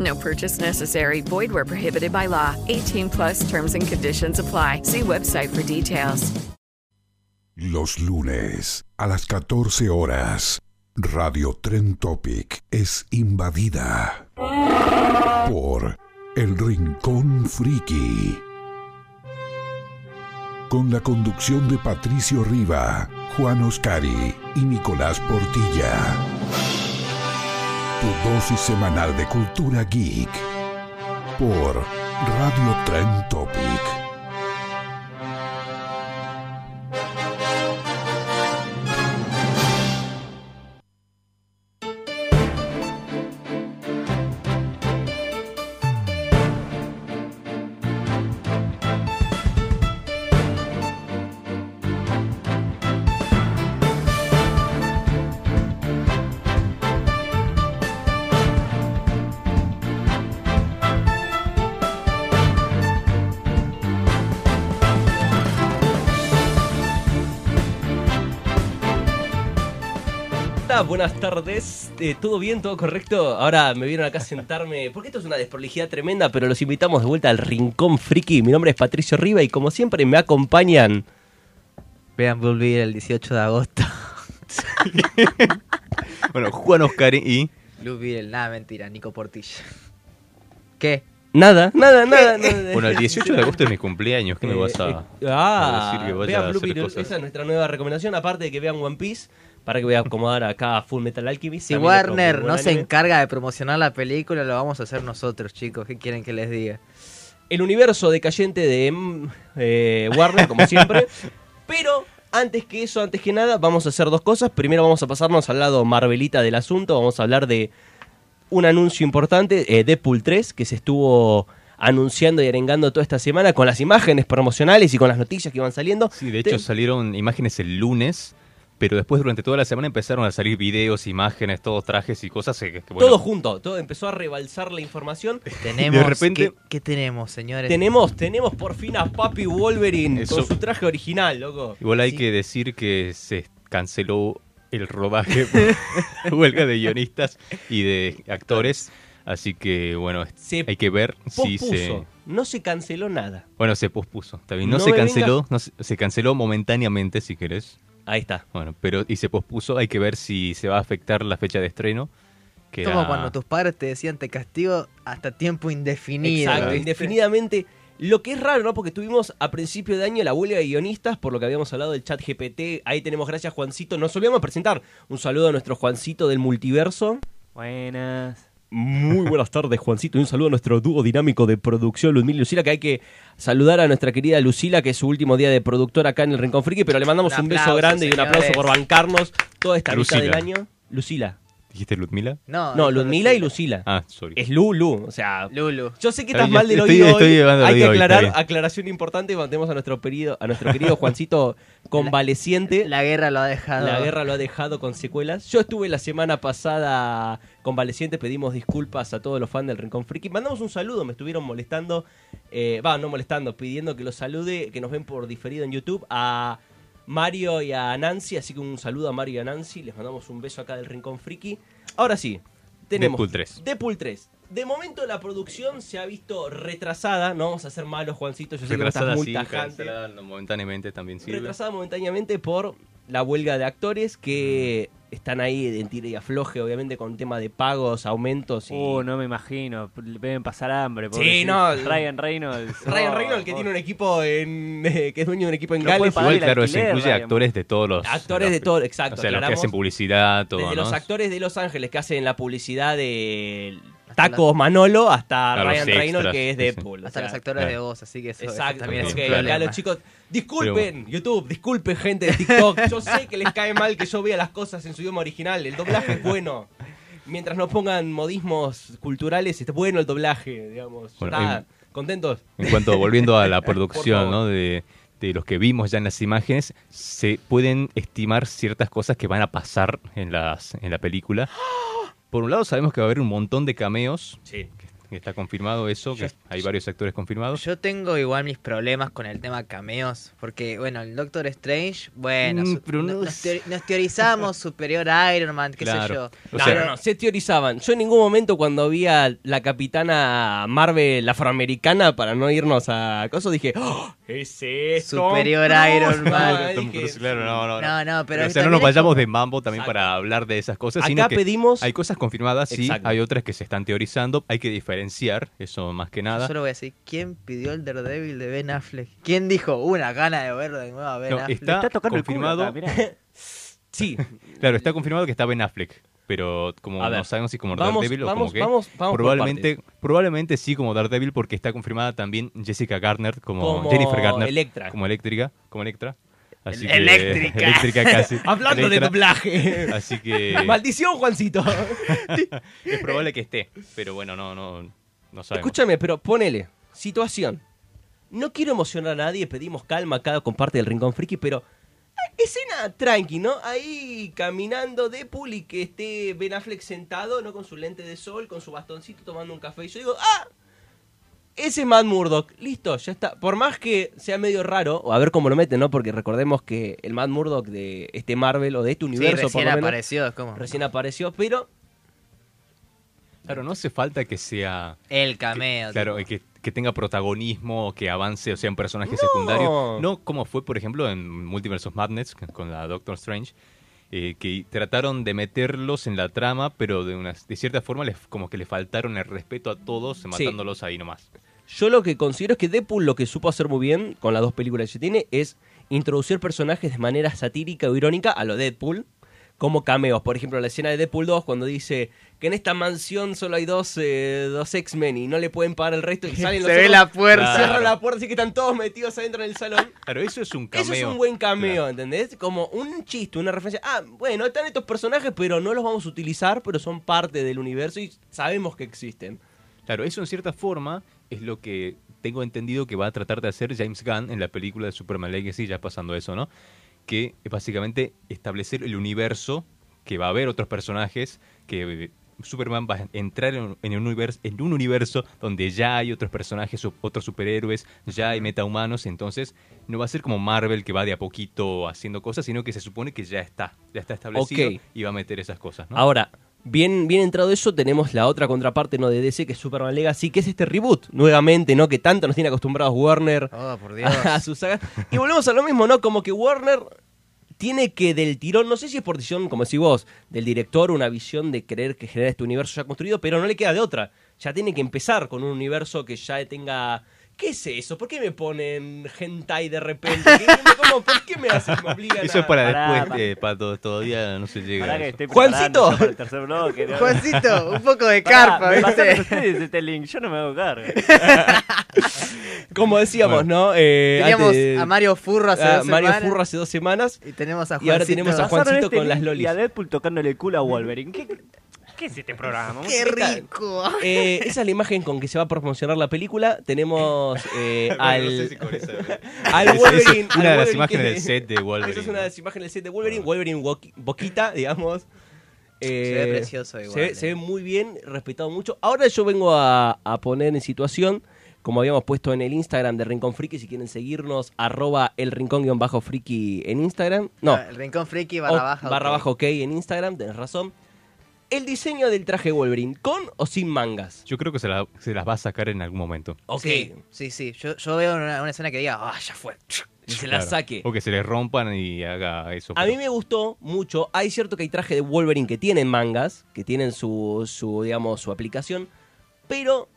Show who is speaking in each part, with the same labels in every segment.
Speaker 1: No purchase necessary. Void where prohibited by law. 18 plus terms and conditions apply. See website for details.
Speaker 2: Los lunes a las 14 horas, Radio Tren Topic es invadida por El Rincón Friki. Con la conducción de Patricio Riva, Juan Oscari y Nicolás Portilla. Tu dosis semanal de cultura geek por Radio Tren Topic.
Speaker 3: Hola, buenas tardes. Eh, ¿Todo bien? ¿Todo correcto? Ahora me vieron acá a sentarme. Porque esto es una desprolijidad tremenda, pero los invitamos de vuelta al Rincón Friki. Mi nombre es Patricio Riva y como siempre me acompañan.
Speaker 4: Vean Bullbeer el 18 de agosto.
Speaker 5: Bueno, Juan Oscar y.
Speaker 4: Luz Beer, nada mentira, Nico Portilla. ¿Qué?
Speaker 3: Nada, nada, nada, nada.
Speaker 5: Bueno, el 18 de agosto es mi cumpleaños, ¿qué me
Speaker 3: Eh,
Speaker 5: vas a.?
Speaker 3: eh, ah,
Speaker 5: a decir que vaya
Speaker 3: vean
Speaker 5: a
Speaker 3: Blue
Speaker 5: hacer
Speaker 3: Beetle,
Speaker 5: cosas?
Speaker 3: esa es nuestra nueva recomendación. Aparte de que vean One Piece, para que voy a acomodar acá a Full Metal Alchemist.
Speaker 4: Si
Speaker 3: también otro
Speaker 4: Warner
Speaker 3: muy
Speaker 4: no
Speaker 3: buen
Speaker 4: se
Speaker 3: anime.
Speaker 4: encarga de promocionar la película, lo vamos a hacer nosotros, chicos. ¿Qué quieren que les diga?
Speaker 3: el universo decayente de mm, eh, Warner, como siempre. Pero antes que eso, antes que nada, vamos a hacer dos cosas. Primero vamos a pasarnos al lado Marvelita del asunto. Vamos a hablar de un anuncio importante, eh, Deadpool 3, que se estuvo anunciando y arengando toda esta semana con las imágenes promocionales y con las noticias que iban saliendo.
Speaker 5: Sí, de hecho
Speaker 3: Te-
Speaker 5: salieron imágenes el lunes, pero después durante toda la semana empezaron a salir videos, imágenes, todos trajes y cosas eh, que, que, bueno,
Speaker 3: Todo junto, todo empezó a rebalsar la información.
Speaker 4: Tenemos.
Speaker 5: repente-
Speaker 4: ¿qué, qué tenemos, señores?
Speaker 3: Tenemos, tenemos por fin a Papi Wolverine
Speaker 5: Eso-
Speaker 3: con su traje original, loco.
Speaker 5: Igual hay
Speaker 4: Sí.
Speaker 5: que decir que se canceló el rodaje por huelga de guionistas y de actores, así que bueno, este,
Speaker 3: Se
Speaker 5: hay que ver si
Speaker 3: Pospuso,
Speaker 5: se
Speaker 3: no se canceló nada.
Speaker 5: bueno, se pospuso, está bien. No,
Speaker 3: No
Speaker 5: se
Speaker 3: me
Speaker 5: canceló, no se, se canceló momentáneamente, si querés.
Speaker 3: Ahí está.
Speaker 5: Bueno, pero y se pospuso, hay que ver si se va a afectar la fecha de estreno. Que
Speaker 4: Es como
Speaker 5: era-
Speaker 4: cuando tus padres te decían te castigo hasta tiempo indefinido.
Speaker 3: Exacto,
Speaker 4: ¿viste?
Speaker 3: indefinidamente. Lo que es raro, ¿no? Porque tuvimos a principio de año la huelga de guionistas, por lo que habíamos hablado del chat GPT. Ahí tenemos, gracias Juancito. Nos solíamos presentar. Un saludo a nuestro Juancito del multiverso.
Speaker 6: Buenas.
Speaker 3: Muy buenas tardes, Juancito. Y un saludo a nuestro dúo dinámico de producción, Ludmila y Lucila, que hay que saludar a nuestra querida Lucila, que es su último día de productora acá en el Rincón Friki. Pero le mandamos
Speaker 4: Un
Speaker 3: un, beso
Speaker 4: aplauso,
Speaker 3: grande y un aplauso
Speaker 4: señores.
Speaker 3: por bancarnos toda esta mitad
Speaker 5: Lucila.
Speaker 3: del año. Lucila.
Speaker 5: ¿Dijiste Ludmila?
Speaker 4: No,
Speaker 3: No,
Speaker 4: no,
Speaker 3: Ludmila y Lucila.
Speaker 5: Ah, sorry.
Speaker 3: Es Lulu, o sea,
Speaker 4: Lulu.
Speaker 3: Yo sé que
Speaker 5: Está
Speaker 3: estás
Speaker 5: bien,
Speaker 3: mal del
Speaker 5: estoy-
Speaker 3: oído
Speaker 5: estoy
Speaker 3: hoy.
Speaker 5: llevando
Speaker 3: Hay
Speaker 5: el
Speaker 3: que
Speaker 5: oído hoy,
Speaker 3: aclarar,
Speaker 5: está bien.
Speaker 3: aclarición importante, mantemos a nuestro, perido, a nuestro querido Juancito convaleciente. eh, La,
Speaker 4: La guerra lo ha dejado.
Speaker 3: guerra lo ha dejado con secuelas. Yo estuve la semana pasada convaleciente, pedimos disculpas a todos los fans del Rincón Friki. Mandamos un saludo, me estuvieron molestando, eh, va, no molestando, pidiendo que los salude, que nos ven por diferido en YouTube, a Mario y a Nancy, así que un saludo a Mario y a Nancy, les mandamos un beso acá del Rincón Friki. Ahora sí, tenemos
Speaker 5: Deadpool 3.
Speaker 3: Deadpool 3. De momento la producción se ha visto retrasada. No vamos a ser malos, Juancito. Yo sé que vos estás
Speaker 5: Retrasada
Speaker 3: muy
Speaker 5: sí,
Speaker 3: tajante.
Speaker 5: cancelada momentáneamente también sirve.
Speaker 3: Retrasada momentáneamente por la huelga de actores que
Speaker 5: Mm.
Speaker 3: están ahí de tira y afloje, obviamente, con tema de pagos, aumentos y.
Speaker 5: Oh,
Speaker 6: Uh, no me imagino. Deben pasar hambre.
Speaker 3: Sí,
Speaker 6: pobrecito.
Speaker 3: no.
Speaker 6: Ryan Reynolds.
Speaker 3: Ryan
Speaker 6: Oh,
Speaker 3: Reynolds, que
Speaker 6: oh.
Speaker 3: tiene un equipo en. eh, que es dueño de un equipo en
Speaker 6: No puede
Speaker 3: Gales.
Speaker 6: pagar
Speaker 5: Igual,
Speaker 6: el
Speaker 5: claro, se
Speaker 6: alquiler,
Speaker 5: incluye
Speaker 6: Ryan.
Speaker 5: actores de todos los.
Speaker 3: Actores de todo, exacto,
Speaker 5: O sea, los que
Speaker 3: aclaramos.
Speaker 5: hacen publicidad, todo.
Speaker 3: Desde
Speaker 5: ¿no?
Speaker 3: los actores de Los Ángeles que hacen la publicidad de
Speaker 4: Hasta
Speaker 3: Tacos Manolo hasta
Speaker 5: Claro,
Speaker 3: Ryan
Speaker 5: los
Speaker 3: Reynolds,
Speaker 5: extras,
Speaker 3: que es
Speaker 5: sí, sí.
Speaker 3: Deadpool. o
Speaker 4: Hasta
Speaker 3: sea,
Speaker 4: las actoras
Speaker 5: claro.
Speaker 4: de voz, así que eso, eso
Speaker 3: Exacto,
Speaker 4: también
Speaker 3: como
Speaker 4: es un
Speaker 3: que
Speaker 5: claro.
Speaker 3: acá
Speaker 4: problema.
Speaker 3: los chicos, disculpen YouTube, disculpen gente de TikTok, yo sé que les cae mal que yo vea las cosas en su idioma original, el doblaje es bueno. Mientras no pongan modismos culturales, está bueno el doblaje, digamos.
Speaker 5: Bueno, em-
Speaker 3: Está-
Speaker 5: y-
Speaker 3: ¿Contentos?
Speaker 5: En cuanto, volviendo a la
Speaker 3: favor.
Speaker 5: producción, ¿no? De, de los que vimos ya en las imágenes, se pueden estimar ciertas cosas que van a pasar en, las, en la película. Por un lado, sabemos que va a haber un montón de cameos.
Speaker 3: Sí.
Speaker 5: que Está confirmado eso, que
Speaker 4: Yo-
Speaker 5: hay varios actores confirmados.
Speaker 4: Yo tengo igual mis problemas con el tema cameos, porque bueno, el Doctor Strange, bueno,
Speaker 5: Mm,
Speaker 4: su-
Speaker 5: pero
Speaker 4: no-
Speaker 5: no
Speaker 4: nos,
Speaker 5: es-
Speaker 4: teori- nos teorizamos superior a Iron Man, qué sé yo.
Speaker 5: Claro. O
Speaker 3: no,
Speaker 5: sea-
Speaker 3: no, no, se teorizaban. Yo en ningún momento cuando vi a la capitana Marvel afroamericana, para no irnos a cosas, dije, ¡Oh, es esto!
Speaker 4: Superior
Speaker 3: No,
Speaker 4: Iron
Speaker 3: no,
Speaker 4: Man.
Speaker 3: dije,
Speaker 5: Tom Cruise, claro, no, no,
Speaker 4: No, no, pero
Speaker 5: o sea, no
Speaker 4: también
Speaker 5: nos
Speaker 4: es
Speaker 5: vayamos
Speaker 4: como-
Speaker 5: de mambo también para hablar de esas cosas. sino
Speaker 3: Acá
Speaker 5: que
Speaker 3: pedimos-
Speaker 5: Hay cosas confirmadas, sí.
Speaker 3: Exacto.
Speaker 5: Hay otras que se están teorizando. Hay que diferenciar, eso más que
Speaker 4: Yo
Speaker 5: nada.
Speaker 4: solo voy a decir, ¿quién pidió el Daredevil de Ben Affleck? ¿Quién dijo, una gana de verlo de nuevo a Ben
Speaker 5: No,
Speaker 4: Affleck?
Speaker 5: está-
Speaker 6: Está tocando
Speaker 5: confirmado.
Speaker 6: el culo acá, mirá.
Speaker 3: Sí,
Speaker 5: Claro, está confirmado que está Ben Affleck. Pero como
Speaker 3: A ver,
Speaker 5: no sabemos si como
Speaker 3: vamos-
Speaker 5: Daredevil o
Speaker 3: vamos-
Speaker 5: como qué,
Speaker 3: vamos- vamos por
Speaker 5: probablemente, probablemente sí como Daredevil porque está confirmada también Jessica Garner como,
Speaker 3: Como
Speaker 5: Jennifer Garner.
Speaker 3: Electra.
Speaker 5: Como eléctrica, como Electra. Así que-
Speaker 4: Eléctrica.
Speaker 5: eléctrica casi.
Speaker 3: hablando de
Speaker 5: Electra.
Speaker 3: doblaje.
Speaker 5: Así que
Speaker 3: Maldición, Juancito.
Speaker 5: es probable que esté, pero bueno, no, no, no sabemos.
Speaker 3: Escúchame, pero ponele. Situación. No quiero emocionar a nadie, pedimos calma acá con parte del Rincón Friki, pero eh, escena tranqui, ¿no? Ahí caminando de y que esté Ben Affleck sentado, ¿no? Con su lente de sol, con su bastoncito tomando un café. Y yo digo, ¡ah! Ese es Matt Murdock, listo, ya está. Por más que sea medio raro, o a ver cómo lo meten, ¿no? Porque recordemos que el Matt Murdock de este Marvel o de este
Speaker 4: Sí,
Speaker 3: universo, por
Speaker 4: recién
Speaker 3: lo menos,
Speaker 4: apareció, es como
Speaker 3: recién apareció, pero
Speaker 5: Claro, no hace falta que sea.
Speaker 4: el
Speaker 5: que-
Speaker 4: cameo.
Speaker 5: claro,
Speaker 4: tipo.
Speaker 5: que, que tenga protagonismo, que avance, o sea, un personaje secundario. No como fue, por ejemplo, en Multiverse of Madness con- con la Doctor Strange, eh, que trataron de meterlos en la trama, pero de, una, de cierta forma les, como que le faltaron el respeto a todos matándolos ahí nomás.
Speaker 3: Yo lo que considero es que Deadpool lo que supo hacer muy bien con las dos películas que tiene es introducir personajes de manera satírica o irónica a lo Deadpool como cameos. Por ejemplo, la escena de Deadpool 2 cuando dice que en esta mansión solo hay dos, eh, dos X-Men y no le pueden pagar el resto y salen los
Speaker 4: Se ve
Speaker 3: otros,
Speaker 4: la puerta.
Speaker 3: cierran
Speaker 5: Claro.
Speaker 3: la puerta así que están todos metidos adentro en el salón.
Speaker 5: Claro, eso es un cameo.
Speaker 3: Eso es un buen cameo,
Speaker 5: Claro.
Speaker 3: ¿entendés? Como un chiste, una referencia. Ah, bueno, están estos personajes, pero no los vamos a utilizar, pero son parte del universo y sabemos que existen.
Speaker 5: Claro, eso en cierta forma es lo que tengo entendido que va a tratar de hacer James Gunn en la película de Superman Legacy, ya pasando eso, ¿no? Que es básicamente establecer el universo, que va a haber otros personajes, que eh, Superman va a entrar en, en un universo, en un universo donde ya hay otros personajes, su- otros superhéroes, ya hay metahumanos, entonces no va a ser como Marvel que va de a poquito haciendo cosas, sino que se supone que ya está, ya está establecido
Speaker 3: Ok.
Speaker 5: y va a meter esas cosas, ¿no?
Speaker 3: Ahora, bien, bien entrado eso, tenemos la otra contraparte no de DC, que es Superman Legacy, que es este reboot, nuevamente, ¿no? Que tanto nos tiene acostumbrados Warner
Speaker 4: Oh, por Dios.
Speaker 3: a, sus sagas. Y volvemos a lo mismo, ¿no? Como que Warner tiene que del tirón, no sé si es por decisión, como decís vos, del director, una visión de querer que genera este universo ya construido, pero no le queda de otra. Ya tiene que empezar con un universo que ya tenga... ¿Qué es eso? ¿Por qué me ponen hentai de repente? ¿Qué- cómo- ¿Por qué me hacen? me obligan
Speaker 5: Eso es
Speaker 3: a-
Speaker 5: para
Speaker 6: Pará,
Speaker 5: después,
Speaker 6: pará.
Speaker 5: eh, Pato, todavía no se llega. a
Speaker 6: Pará que
Speaker 5: eso.
Speaker 6: estoy
Speaker 3: Juancito.
Speaker 6: preparando ya para el tercer bloque. ¿no?
Speaker 4: Juancito, un poco de
Speaker 6: Pará,
Speaker 4: carpa,
Speaker 6: me pasaron
Speaker 4: ¿viste?
Speaker 6: ustedes este link, yo no me hago cargo.
Speaker 3: Como decíamos, ¿no? Eh,
Speaker 4: Teníamos
Speaker 3: antes-
Speaker 4: a Mario Furro hace
Speaker 3: Ah,
Speaker 4: dos
Speaker 3: Mario
Speaker 4: semanas,
Speaker 3: Furro hace dos semanas.
Speaker 4: Y tenemos a
Speaker 3: y ahora
Speaker 4: Juancito.
Speaker 3: tenemos a Juan-
Speaker 6: Pasaron este
Speaker 3: Juancito con
Speaker 6: link
Speaker 3: las lolis.
Speaker 6: Y a Deadpool tocándole el culo a Wolverine. ¿Qué, qué es este programa?
Speaker 4: ¡Qué rico!
Speaker 3: Eh, esa es la imagen con que se va a promocionar la película. Tenemos eh, al,
Speaker 5: Bueno, no sé si con esa-
Speaker 3: al
Speaker 5: Esa- esa es
Speaker 3: Wolverine. al
Speaker 5: una de las
Speaker 3: Wolverine
Speaker 5: imágenes
Speaker 3: que-
Speaker 5: del set de Wolverine.
Speaker 3: Esa es una de las imágenes del set de Wolverine. Wolverine woqui- boquita, digamos. Eh,
Speaker 4: Se ve precioso igual,
Speaker 3: Se ve,
Speaker 4: eh.
Speaker 3: se ve muy bien, respetado mucho. Ahora yo vengo a, a poner en situación, como habíamos puesto en el Instagram de Rincón Friki, si quieren seguirnos, arroba el rincón-friki en Instagram. No, Oh,
Speaker 4: Ah, El Rincón Friki barra
Speaker 3: O-
Speaker 4: baja. ok.
Speaker 3: bajo ok en Instagram, tenés razón. El diseño del traje Wolverine, ¿con o sin mangas?
Speaker 5: Yo creo que se, la- se las va a sacar en algún momento.
Speaker 3: Ok.
Speaker 4: Sí, sí, sí. Yo, yo veo una, una escena que diga, ah, ya fue.
Speaker 3: y se la
Speaker 5: Claro.
Speaker 3: saque.
Speaker 5: O que se le rompan y haga eso.
Speaker 3: A
Speaker 5: pero-
Speaker 3: mí me gustó mucho. Hay cierto que hay trajes de Wolverine que tienen mangas, que tienen su, su, digamos, su aplicación, pero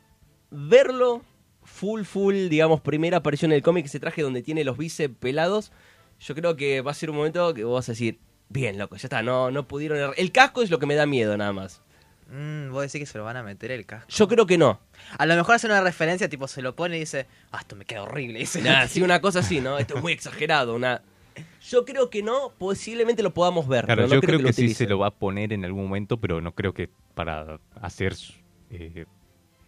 Speaker 3: verlo full, full, digamos, primera aparición del cómic, ese traje donde tiene los bíceps pelados, yo creo que va a ser un momento que vos vas a decir, bien, loco, ya está, no, no pudieron... errar". El casco es lo que me da miedo nada más.
Speaker 4: Mm, vos decís que se lo van a meter el casco.
Speaker 3: Yo creo que no.
Speaker 4: A lo mejor hace una referencia, tipo, se lo pone y dice, ah, esto me queda horrible. Dice,
Speaker 3: Nah, sí, una cosa así, ¿no? Esto es muy exagerado, una... Yo creo que no, posiblemente lo podamos ver.
Speaker 5: Claro,
Speaker 3: pero no
Speaker 5: yo creo, que,
Speaker 3: lo
Speaker 5: sí se
Speaker 3: utilicen.
Speaker 5: lo va a poner en algún momento, pero no creo que para hacer. su- eh,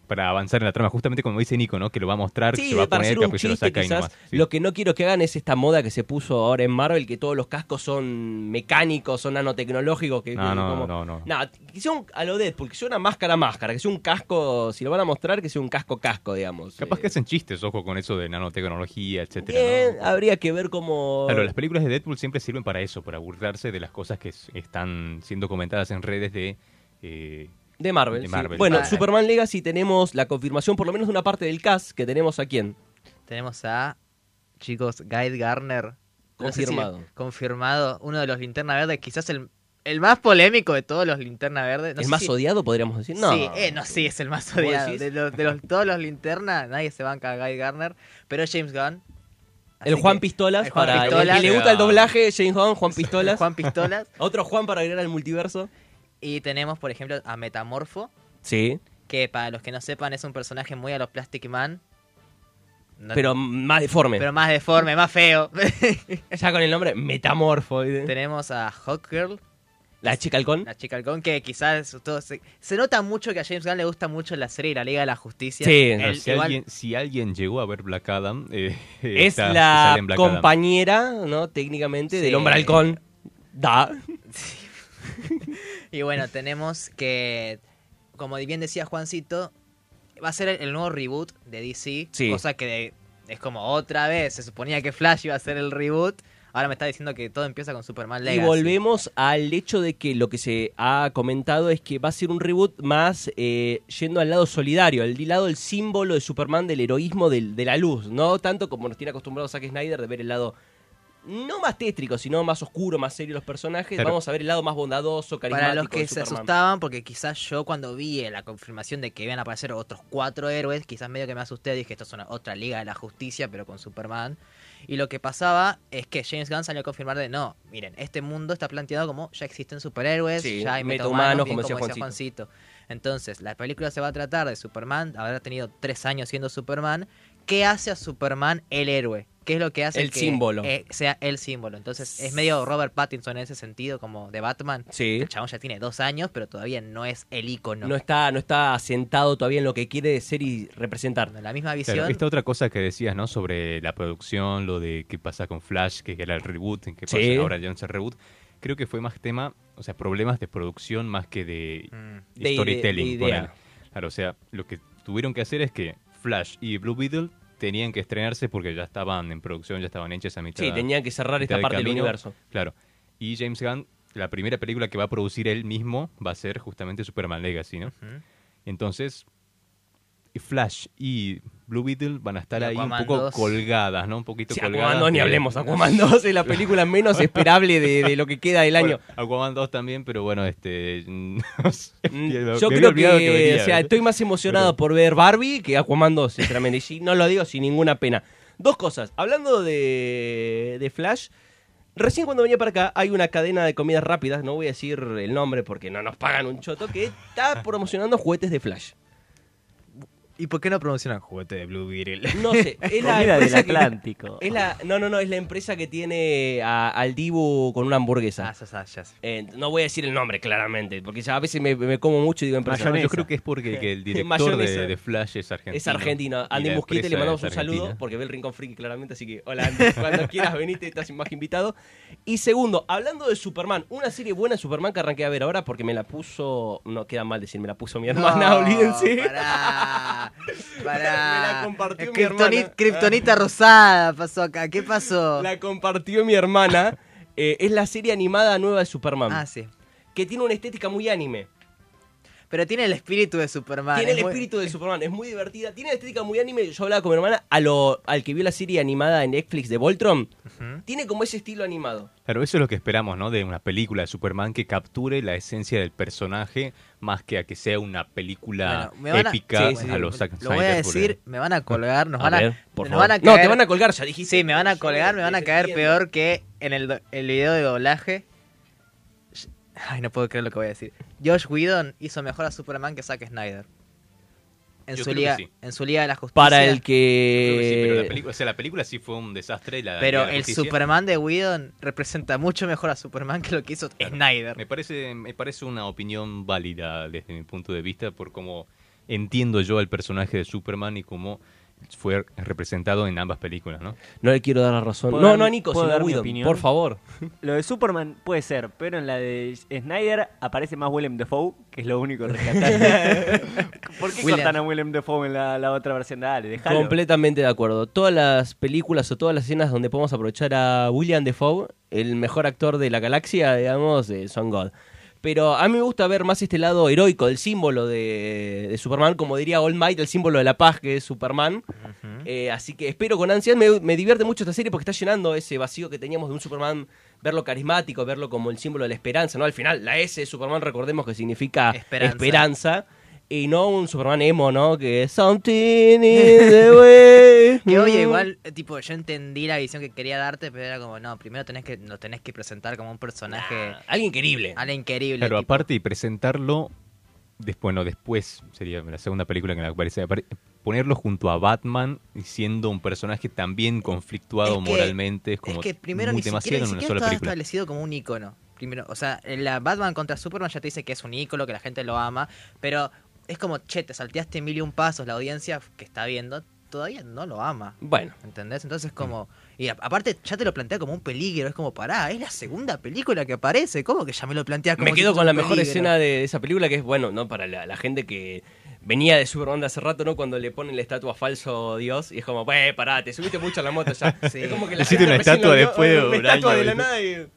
Speaker 5: para avanzar en la trama, justamente como dice Nico, ¿no? Que lo va a mostrar,
Speaker 3: Sí,
Speaker 5: se va a
Speaker 3: para
Speaker 5: poner,
Speaker 3: hacer
Speaker 5: capaz
Speaker 3: un
Speaker 5: que se lo
Speaker 3: chiste
Speaker 5: saca y
Speaker 3: quizás.
Speaker 5: nomás. sí.
Speaker 3: Lo que no quiero que hagan es esta moda que se puso ahora en Marvel, que todos los cascos son mecánicos, son nanotecnológicos. Que,
Speaker 5: No,
Speaker 3: que
Speaker 5: no, no, no.
Speaker 3: Nah, que sea un- a lo Deadpool, que sea una máscara a máscara, que sea un casco, si lo van a mostrar, que sea un casco casco, digamos.
Speaker 5: Capaz
Speaker 3: Eh,
Speaker 5: que hacen chistes, ojo, con eso de nanotecnología, etcétera.
Speaker 3: bien,
Speaker 5: ¿no?
Speaker 3: habría que ver cómo...
Speaker 5: Claro, las películas de Deadpool siempre sirven para eso, para burlarse de las cosas que s- están siendo comentadas en redes de... eh,
Speaker 3: De Marvel.
Speaker 5: De
Speaker 3: sí.
Speaker 5: Marvel,
Speaker 3: Bueno,
Speaker 5: claro.
Speaker 3: Superman Legacy tenemos la confirmación, por lo menos de una parte del cast, que tenemos a quién.
Speaker 4: Tenemos a, chicos, Guy Garner. No sé si-
Speaker 3: Confirmado.
Speaker 4: confirmado. Uno de los linterna verde, quizás el, el más polémico de todos los linterna verde. No
Speaker 3: ¿Es
Speaker 4: sé
Speaker 3: más
Speaker 4: si-
Speaker 3: odiado, podríamos decir? No.
Speaker 4: Sí, eh, no, sí, es el más
Speaker 3: ¿Vos
Speaker 4: odiado.
Speaker 3: decís?
Speaker 4: De, los- de los, todos los linterna, nadie se banca a Guy Garner. Pero James Gunn. Así
Speaker 3: El Juan
Speaker 4: que-
Speaker 3: Pistolas,
Speaker 4: el Juan
Speaker 3: para
Speaker 4: Pistolas.
Speaker 3: el que le gusta el doblaje, James Gunn, Juan Pistolas.
Speaker 4: Juan Pistolas.
Speaker 3: Otro Juan para agregar al multiverso.
Speaker 4: Y tenemos, por ejemplo, a Metamorfo,
Speaker 3: Sí,
Speaker 4: que para los que no sepan es un personaje muy a los Plastic Man. No-
Speaker 3: pero más deforme.
Speaker 4: pero más deforme, más feo.
Speaker 3: ya con el nombre Metamorfo. ¿viste?
Speaker 4: tenemos a Hawkgirl,
Speaker 3: La chica halcón.
Speaker 4: la chica halcón, que quizás todo se, se nota mucho que a James Gunn le gusta mucho la serie y la Liga de la Justicia.
Speaker 3: Sí,
Speaker 4: Él
Speaker 5: claro, si,
Speaker 4: igual-
Speaker 5: alguien, si alguien llegó a ver Black Adam... eh,
Speaker 3: Es
Speaker 5: está-
Speaker 3: la
Speaker 5: sale en Black Adam.
Speaker 3: compañera, ¿no? Técnicamente, del
Speaker 4: Sí.
Speaker 3: hombre halcón. Da.
Speaker 4: Y bueno, tenemos que, como bien decía Juancito, va a ser el, el nuevo reboot de DC.
Speaker 3: Sí.
Speaker 4: Cosa que de- es como otra vez, se suponía que Flash iba a ser el reboot. Ahora me está diciendo que todo empieza con Superman
Speaker 3: Y
Speaker 4: Legacy.
Speaker 3: volvemos al hecho de que lo que se ha comentado es que va a ser un reboot más eh, yendo al lado solidario, al lado del símbolo de Superman, del heroísmo, del- de la luz, ¿no? Tanto como nos tiene acostumbrados Zack Snyder de ver el lado no más tétrico, sino más oscuro, más serio de los personajes.
Speaker 5: Claro.
Speaker 3: Vamos a ver el lado más bondadoso, carismático
Speaker 4: Para los que
Speaker 3: de
Speaker 4: se
Speaker 3: Superman.
Speaker 4: asustaban, porque quizás yo cuando vi eh, la confirmación de que iban a aparecer otros cuatro héroes, quizás medio que me asusté, dije esto es una otra Liga de la Justicia, pero con Superman. Y lo que pasaba es que James Gunn salió a confirmar de no, miren, este mundo está planteado como ya existen superhéroes,
Speaker 3: Sí,
Speaker 4: ya hay
Speaker 3: metahumanos,
Speaker 4: metahumanos, bien
Speaker 3: como decía
Speaker 4: Juancito. Entonces, la película se va a tratar de Superman, habrá tenido tres años siendo Superman. ¿Qué hace a Superman el héroe? ¿Qué es lo que hace
Speaker 3: El
Speaker 4: que
Speaker 3: símbolo.
Speaker 4: eh, sea el símbolo? Entonces, es medio Robert Pattinson en ese sentido, como de Batman.
Speaker 3: Sí.
Speaker 4: El chabón ya tiene dos años, pero todavía no es el icono.
Speaker 3: no. está, no está asentado todavía en lo que quiere ser y representar.
Speaker 4: La misma visión.
Speaker 5: Claro, esta otra cosa que decías, ¿no? Sobre la producción, lo de qué pasa con Flash, que era el reboot, en qué pasa
Speaker 3: Sí.
Speaker 5: ahora ya no es el reboot. Creo que fue más tema, o sea, problemas de producción más que de
Speaker 4: Mm.
Speaker 3: De ide- de
Speaker 5: storytelling.
Speaker 3: idea.
Speaker 5: ponele. Claro, o sea, lo que tuvieron que hacer es que Flash y Blue Beetle tenían que estrenarse porque ya estaban en producción, ya estaban hechas a mitad.
Speaker 3: Sí, tenían que cerrar
Speaker 5: mitad
Speaker 3: esta parte del
Speaker 5: camino.
Speaker 3: universo.
Speaker 5: Claro. Y James Gunn, la primera película que va a producir él mismo va a ser justamente Superman Legacy, ¿no?
Speaker 4: Ujú.
Speaker 5: Entonces, Flash y Blue Beetle van a estar
Speaker 4: Y
Speaker 5: ahí un
Speaker 4: Aquaman
Speaker 5: poco
Speaker 4: 2.
Speaker 5: colgadas, ¿no? Un poquito
Speaker 3: Sí,
Speaker 5: colgadas.
Speaker 3: Aquaman 2, ni
Speaker 5: de-
Speaker 3: hablemos. Aquaman 2 es la película menos esperable de, de lo que queda del año.
Speaker 5: Bueno, Aquaman 2 también, pero bueno, este... no sé,
Speaker 3: Mm,
Speaker 5: me
Speaker 3: Yo
Speaker 5: había
Speaker 3: creo que,
Speaker 5: olvidado venía,
Speaker 3: o sea,
Speaker 5: ¿viste?
Speaker 3: estoy más emocionado
Speaker 5: Pero-
Speaker 3: por ver Barbie que Aquaman 2, sinceramente. Y no lo digo sin ninguna pena. Dos cosas. Hablando de, de Flash, recién cuando venía para acá hay una cadena de comidas rápidas, no voy a decir el nombre porque no nos pagan un choto, que está promocionando juguetes de Flash.
Speaker 4: ¿Y por qué no promocionan juguete de Blue Beetle?
Speaker 3: No sé, es la
Speaker 6: Comida del
Speaker 3: empresa que-
Speaker 6: Atlántico.
Speaker 3: es la- no, no, no, es la empresa que tiene a- al Dibu con una hamburguesa.
Speaker 4: Ah, ya sabes, ya sé.
Speaker 3: Eh, no voy a decir el nombre, claramente, porque ya a veces me, me como mucho y digo empresa.
Speaker 5: No, yo
Speaker 6: Mayonesa.
Speaker 5: creo que es porque que el director
Speaker 3: Mayonesa.
Speaker 5: de, de Flash es argentino.
Speaker 3: Es argentino. Andy
Speaker 5: Y la
Speaker 3: Musquite, le
Speaker 5: empresa
Speaker 3: mandamos
Speaker 5: es
Speaker 3: un saludo,
Speaker 5: argentina.
Speaker 3: porque ve el Rincón Friki claramente, así que hola Andy, cuando quieras venite, estás más que invitado. Y segundo, hablando de Superman, una serie buena de Superman que arranqué a ver ahora porque me la puso, no queda mal decir, me la puso mi hermana,
Speaker 4: No,
Speaker 3: olvídense.
Speaker 4: Pará,
Speaker 3: Me la
Speaker 4: pará.
Speaker 3: compartió mi
Speaker 4: Kryptoni-
Speaker 3: hermana.
Speaker 4: Kryptonita rosada pasó acá. ¿Qué pasó?
Speaker 3: La compartió mi hermana. Eh, es la serie animada nueva de Superman,
Speaker 4: Ah, sí.
Speaker 3: que tiene una estética muy anime.
Speaker 4: Pero tiene el espíritu de Superman.
Speaker 3: Tiene
Speaker 4: es
Speaker 3: el
Speaker 4: muy-
Speaker 3: espíritu de Superman, es muy divertida, tiene la estética muy anime. Yo hablaba con mi hermana, a lo, al que vio la serie animada en Netflix de Voltron, tiene como ese estilo animado.
Speaker 5: Claro, eso es lo que esperamos, ¿no? De una película de Superman que capture la esencia del personaje más que a que sea una película
Speaker 4: Bueno, me van a-
Speaker 5: épica
Speaker 3: Sí, sí,
Speaker 5: a
Speaker 3: sí.
Speaker 5: los Zack
Speaker 4: Lo voy a
Speaker 5: Snyder, porque-
Speaker 4: decir, me van a colgar, nos
Speaker 3: A
Speaker 4: van a,
Speaker 3: ver, por
Speaker 4: nos
Speaker 3: favor.
Speaker 4: van a
Speaker 3: No,
Speaker 4: caer-
Speaker 3: te van a colgar, ya dijiste.
Speaker 4: Sí, me van a
Speaker 3: Yo
Speaker 4: colgar, me van a
Speaker 3: te
Speaker 4: caer
Speaker 3: entiendo.
Speaker 4: peor que en el, do- el video de doblaje. Ay, no puedo creer lo que voy a decir. Josh Whedon hizo mejor a Superman que Zack Snyder. En,
Speaker 5: Yo
Speaker 4: su
Speaker 5: creo que
Speaker 4: liga,
Speaker 5: sí.
Speaker 4: en su liga de la justicia.
Speaker 3: Para el
Speaker 5: Creo que sí, pero la
Speaker 3: que...
Speaker 5: película, o sea, la película sí fue un desastre. La
Speaker 4: eh, Pero
Speaker 5: Liga de la
Speaker 4: el
Speaker 5: Justicia.
Speaker 4: Superman de Whedon representa mucho mejor a Superman que lo que hizo Snyder.
Speaker 5: Me parece, me parece una opinión válida desde mi punto de vista por cómo entiendo yo al personaje de Superman y cómo fue representado en ambas películas, ¿no?
Speaker 3: No le quiero dar la razón.
Speaker 6: ¿Puedo
Speaker 3: No,
Speaker 6: dar-
Speaker 3: no a Nico,
Speaker 6: puedo
Speaker 3: sino a
Speaker 6: dar mi
Speaker 3: Whedon,
Speaker 6: opinión?
Speaker 3: por favor.
Speaker 6: Lo de Superman puede ser, pero en la de Snyder aparece más Willem Dafoe, que es lo único rescatable. ¿Por qué
Speaker 4: Willem.
Speaker 6: cortan a Willem Dafoe en la, la otra versión? Dale, dejalo.
Speaker 3: Completamente de acuerdo. Todas las películas o todas las escenas donde podemos aprovechar a William Defoe, el mejor actor de la galaxia, digamos, eh, son God. Pero a mí me gusta ver más este lado heroico, el símbolo de, de Superman, como diría All Might, el símbolo de la paz que es Superman. Eh, así que espero con ansias, me, me divierte mucho esta serie porque está llenando ese vacío que teníamos de un Superman, verlo carismático, verlo como el símbolo de la esperanza, ¿no? Al final, la S de Superman, recordemos que significa
Speaker 4: Esperanza.
Speaker 3: esperanza y no un Superman emo, ¿no? Que something in the way. Mm.
Speaker 4: Que oye, igual, eh, tipo, yo entendí la visión que quería darte, pero era como, no, primero tenés que, lo tenés que presentar como un personaje,
Speaker 3: Ah, Alguien querible.
Speaker 4: alguien querible.
Speaker 5: Claro,
Speaker 4: tipo,
Speaker 5: aparte y presentarlo después, bueno, después sería la segunda película que me aparece. apare- Ponerlo junto a Batman y siendo un personaje también conflictuado
Speaker 4: Es que-
Speaker 5: moralmente es
Speaker 4: es
Speaker 5: como
Speaker 4: que primero
Speaker 5: muy
Speaker 4: ni siquiera,
Speaker 5: demasiado
Speaker 4: ni
Speaker 5: en una
Speaker 4: siquiera
Speaker 5: sola
Speaker 4: está
Speaker 5: película.
Speaker 4: establecido como un icono. Primero, o sea, en la Batman contra Superman ya te dice que es un ícono, que la gente lo ama, pero es como, che, te salteaste mil y un pasos, la audiencia que está viendo todavía no lo ama.
Speaker 3: Bueno,
Speaker 4: ¿Entendés? Entonces
Speaker 5: Mm.
Speaker 4: como... Y a- aparte ya te lo plantea como un peligro, es como, pará, es la segunda película que aparece, ¿cómo que ya me lo planteas como
Speaker 3: me
Speaker 4: si
Speaker 3: quedo
Speaker 4: fuese
Speaker 3: con la
Speaker 4: un
Speaker 3: mejor
Speaker 4: peligro?
Speaker 3: escena de, de esa película que es, bueno, ¿no? Para la, la gente que venía de Superman de hace rato, ¿no? Cuando le ponen la estatua a falso Dios y es como, eh, pará, te subiste mucho a la moto ya.
Speaker 4: Sí.
Speaker 3: Es como que
Speaker 5: Le hiciste una
Speaker 3: recién
Speaker 5: estatua
Speaker 3: lo vio,
Speaker 5: después de
Speaker 3: una
Speaker 5: un
Speaker 3: estatua
Speaker 5: año,
Speaker 3: de la
Speaker 5: ¿viste?
Speaker 3: nada y-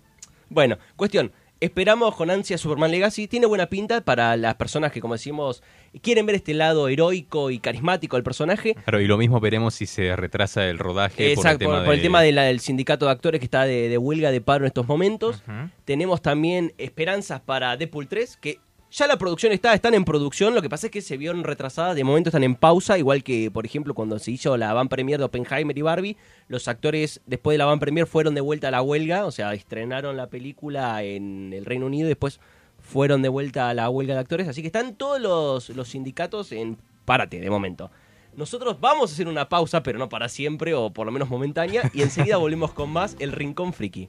Speaker 3: Bueno, cuestión. Esperamos con ansia Superman Legacy. Tiene buena pinta para las personas que, como decimos, quieren ver este lado heroico y carismático del personaje.
Speaker 5: Claro, y lo mismo veremos si se retrasa el rodaje
Speaker 3: Exacto,
Speaker 5: por el tema, de-
Speaker 3: de la- del sindicato de actores que está de, de huelga de paro en estos momentos. Tenemos también esperanzas para Deadpool 3, que ya la producción está, están en producción, lo que pasa es que se vieron retrasadas, de momento están en pausa, igual que, por ejemplo, cuando se hizo la van premier de Oppenheimer y Barbie, los actores después de la van premier fueron de vuelta a la huelga, o sea, estrenaron la película en el Reino Unido y después fueron de vuelta a la huelga de actores, así que están todos los, los sindicatos en párate de momento. Nosotros vamos a hacer una pausa, pero no para siempre, o por lo menos momentánea, y enseguida volvemos con más El Rincón Friki.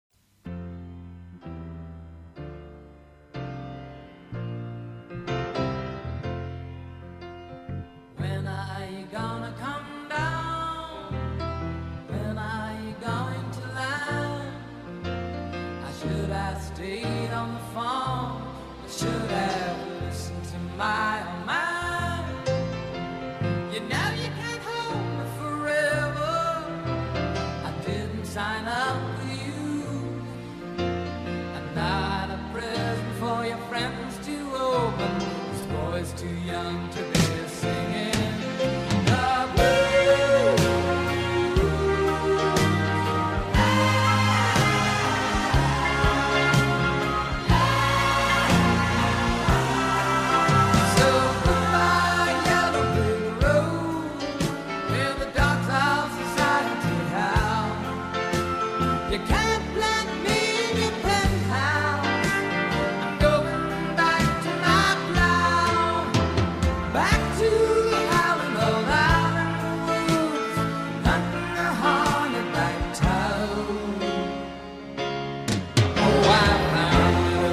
Speaker 7: Oh,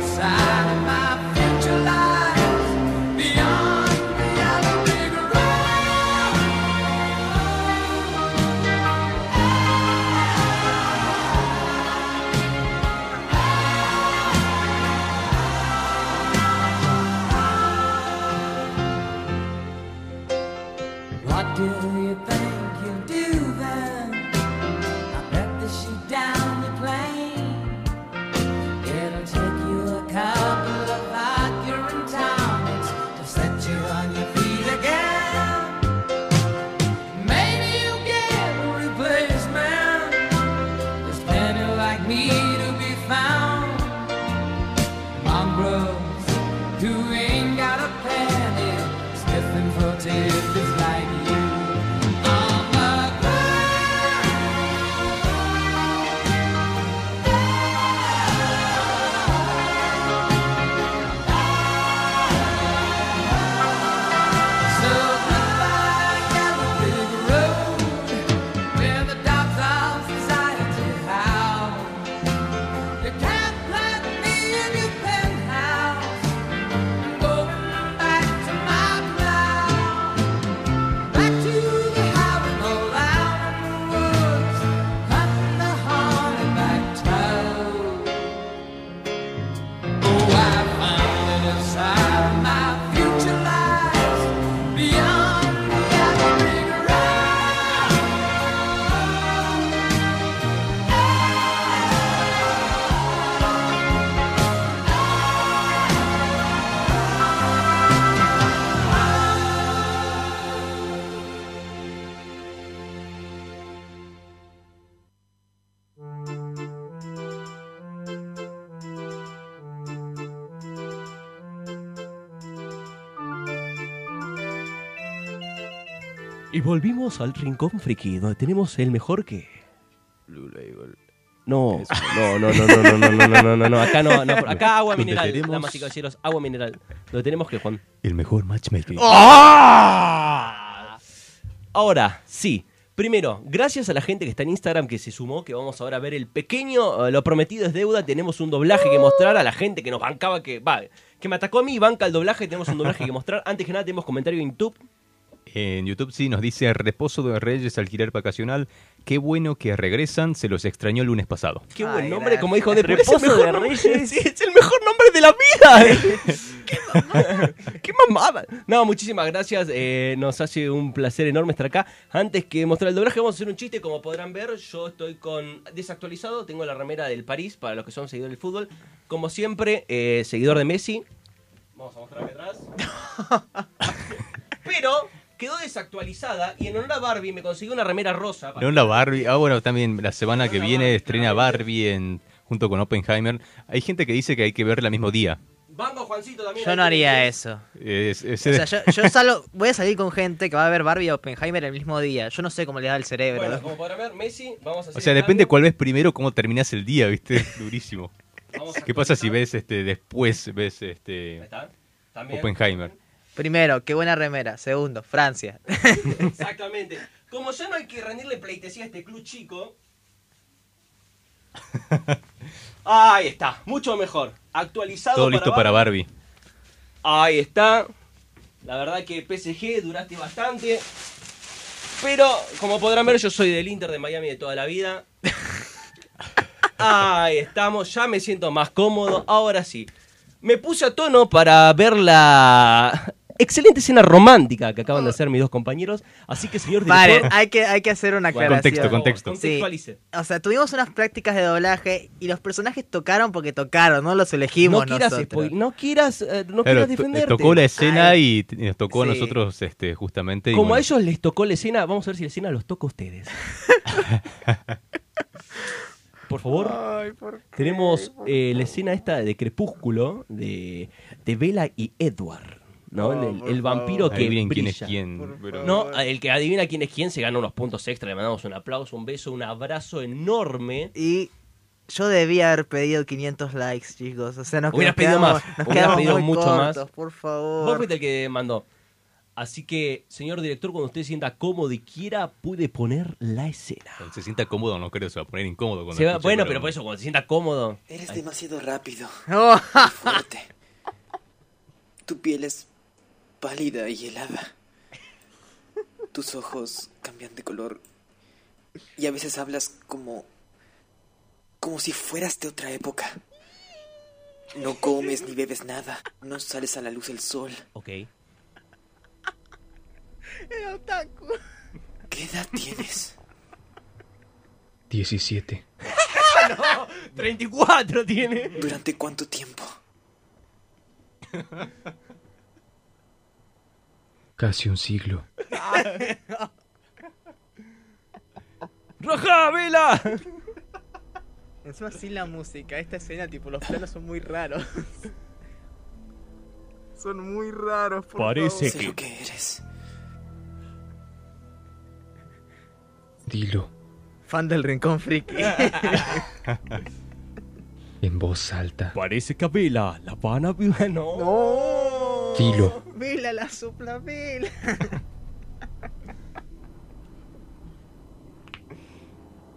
Speaker 7: Side of my future life.
Speaker 6: Oh,
Speaker 3: Y volvimos al Rincón Friki, donde tenemos el mejor que... Blue Label. No, no, no, no, no, no, no, no, no, no, Ah, no, no, acá no, no, por- acá agua
Speaker 5: Donde
Speaker 3: mineral,
Speaker 5: tenemos-
Speaker 3: damas y caballeros, agua mineral. Lo tenemos que Juan.
Speaker 5: El mejor matchmaking.
Speaker 4: ¡Oh!
Speaker 3: ¡Ah! Ahora, sí. Primero, gracias a la gente que está en Instagram que se sumó, que vamos ahora a ver el pequeño, eh, lo prometido es deuda, tenemos un doblaje que mostrar a la gente que nos bancaba, que va, que me atacó a mí y banca el doblaje, tenemos un doblaje que mostrar. Antes que nada tenemos comentario en YouTube.
Speaker 5: En YouTube sí nos dice Reposo de Reyes alquiler vacacional. Qué bueno que regresan, se los extrañó el lunes pasado.
Speaker 3: Qué
Speaker 4: Ay,
Speaker 3: buen nombre,
Speaker 4: gracias.
Speaker 3: como dijo de
Speaker 6: Reposo de Reyes.
Speaker 3: Sí, es el mejor nombre de la vida. eh. ¡Qué mamada! No, muchísimas gracias. eh, nos hace un placer enorme estar acá. Antes que mostrar el doblaje, vamos a hacer un chiste. Como podrán ver, yo estoy con desactualizado. Tengo la remera del París para los que son seguidores del fútbol. Como siempre, eh, seguidor de Messi. Vamos a mostrar acá atrás. Pero quedó desactualizada y en honor a Barbie me conseguí una remera rosa. para-
Speaker 5: No la Barbie. Ah, bueno, también la semana que viene estrena Barbie en, junto con Oppenheimer. Hay gente que dice que hay que verla el mismo día.
Speaker 3: Vamos, Juancito, también.
Speaker 4: Yo no haría eso.
Speaker 5: Es- es-
Speaker 4: O sea, yo, yo salgo- voy a salir con gente que va a ver Barbie y Oppenheimer el mismo día. Yo no sé cómo le da el cerebro.
Speaker 3: Bueno, como podrán ver, Messi, vamos a hacer el
Speaker 5: depende
Speaker 3: cambio.
Speaker 5: cuál ves primero, cómo terminas el día, ¿viste? Durísimo.
Speaker 3: Vamos a
Speaker 5: ¿Qué pasa si ves este después ves este
Speaker 3: ¿Está? También.
Speaker 5: Oppenheimer?
Speaker 4: Primero, qué buena remera. Segundo, Francia.
Speaker 3: Exactamente. Como ya no hay que rendirle pleitesía a este club chico. Ahí está, mucho mejor. Actualizado.
Speaker 5: Todo listo para Barbie.
Speaker 3: Ahí está. La verdad que PSG duraste bastante. Pero como podrán ver, yo soy del Inter de Miami de toda la vida. Ahí estamos, ya me siento más cómodo. Ahora sí. Me puse a tono para ver la excelente escena romántica que acaban de hacer mis dos compañeros. Así que, señor
Speaker 4: Vale,
Speaker 3: director,
Speaker 4: hay que, hay que hacer una
Speaker 5: Bueno,
Speaker 4: aclaración.
Speaker 5: contexto, contexto.
Speaker 4: Sí.
Speaker 3: contextualice.
Speaker 4: O sea, tuvimos unas prácticas de doblaje y los personajes tocaron porque tocaron, no los elegimos
Speaker 3: No quieras,
Speaker 4: nosotros.
Speaker 3: spoil- no quieras, eh, no
Speaker 5: Claro,
Speaker 3: quieras
Speaker 5: to-
Speaker 3: defenderte.
Speaker 5: tocó la escena y t- nos tocó a
Speaker 4: Sí.
Speaker 5: nosotros este, justamente. y
Speaker 3: Como a
Speaker 5: bueno,
Speaker 3: ellos les tocó la escena, vamos a ver si la escena los toca a ustedes. Por favor, tenemos eh, la escena esta de Crepúsculo de, de Bella y Edward, ¿no? El- el, el vampiro que
Speaker 5: adivinen quién es
Speaker 3: brilla.
Speaker 5: quién. pero-
Speaker 3: No, el que adivina quién es quién se gana unos puntos extra. Le mandamos un aplauso, un beso, un abrazo enorme.
Speaker 4: Y yo debía haber pedido 500 likes, chicos. O sea, nos,
Speaker 3: Hubieras
Speaker 4: nos quedamos,
Speaker 3: pedido más,
Speaker 4: Nos
Speaker 3: hubieras
Speaker 4: quedamos
Speaker 3: pedido
Speaker 4: muy
Speaker 3: mucho más.
Speaker 4: cortos, por
Speaker 3: Vos
Speaker 4: favor.
Speaker 3: fuiste el que mandó. Así que, señor director, cuando usted se sienta cómodo y quiera, puede poner la escena.
Speaker 5: Cuando Se sienta cómodo, no creo, se va a poner incómodo. cuando
Speaker 3: Se va-
Speaker 5: escuche,
Speaker 3: bueno, pero por eso, cuando se sienta cómodo.
Speaker 8: Eres demasiado rápido,
Speaker 4: No,
Speaker 8: fuerte. Tu piel es pálida y helada. Tus ojos cambian de color. Y a veces hablas como. como si fueras de otra época. No comes ni bebes nada. No sales a la luz del sol.
Speaker 3: Ok.
Speaker 8: ¿Qué edad tienes?
Speaker 9: 17.
Speaker 3: 34 tiene.
Speaker 8: ¿Durante cuánto tiempo?
Speaker 9: Casi un siglo.
Speaker 3: ¡Roja, vela!
Speaker 4: Encima sin la música, esta escena, tipo, los planos son muy raros. son muy raros, por
Speaker 3: Parece
Speaker 8: Sé lo que eres.
Speaker 9: Dilo
Speaker 4: Fan del Rincón Friki.
Speaker 9: en voz alta.
Speaker 3: Parece que a vela la van a violar. No.
Speaker 9: Dilo
Speaker 4: Vela, Oh, la sopla vela.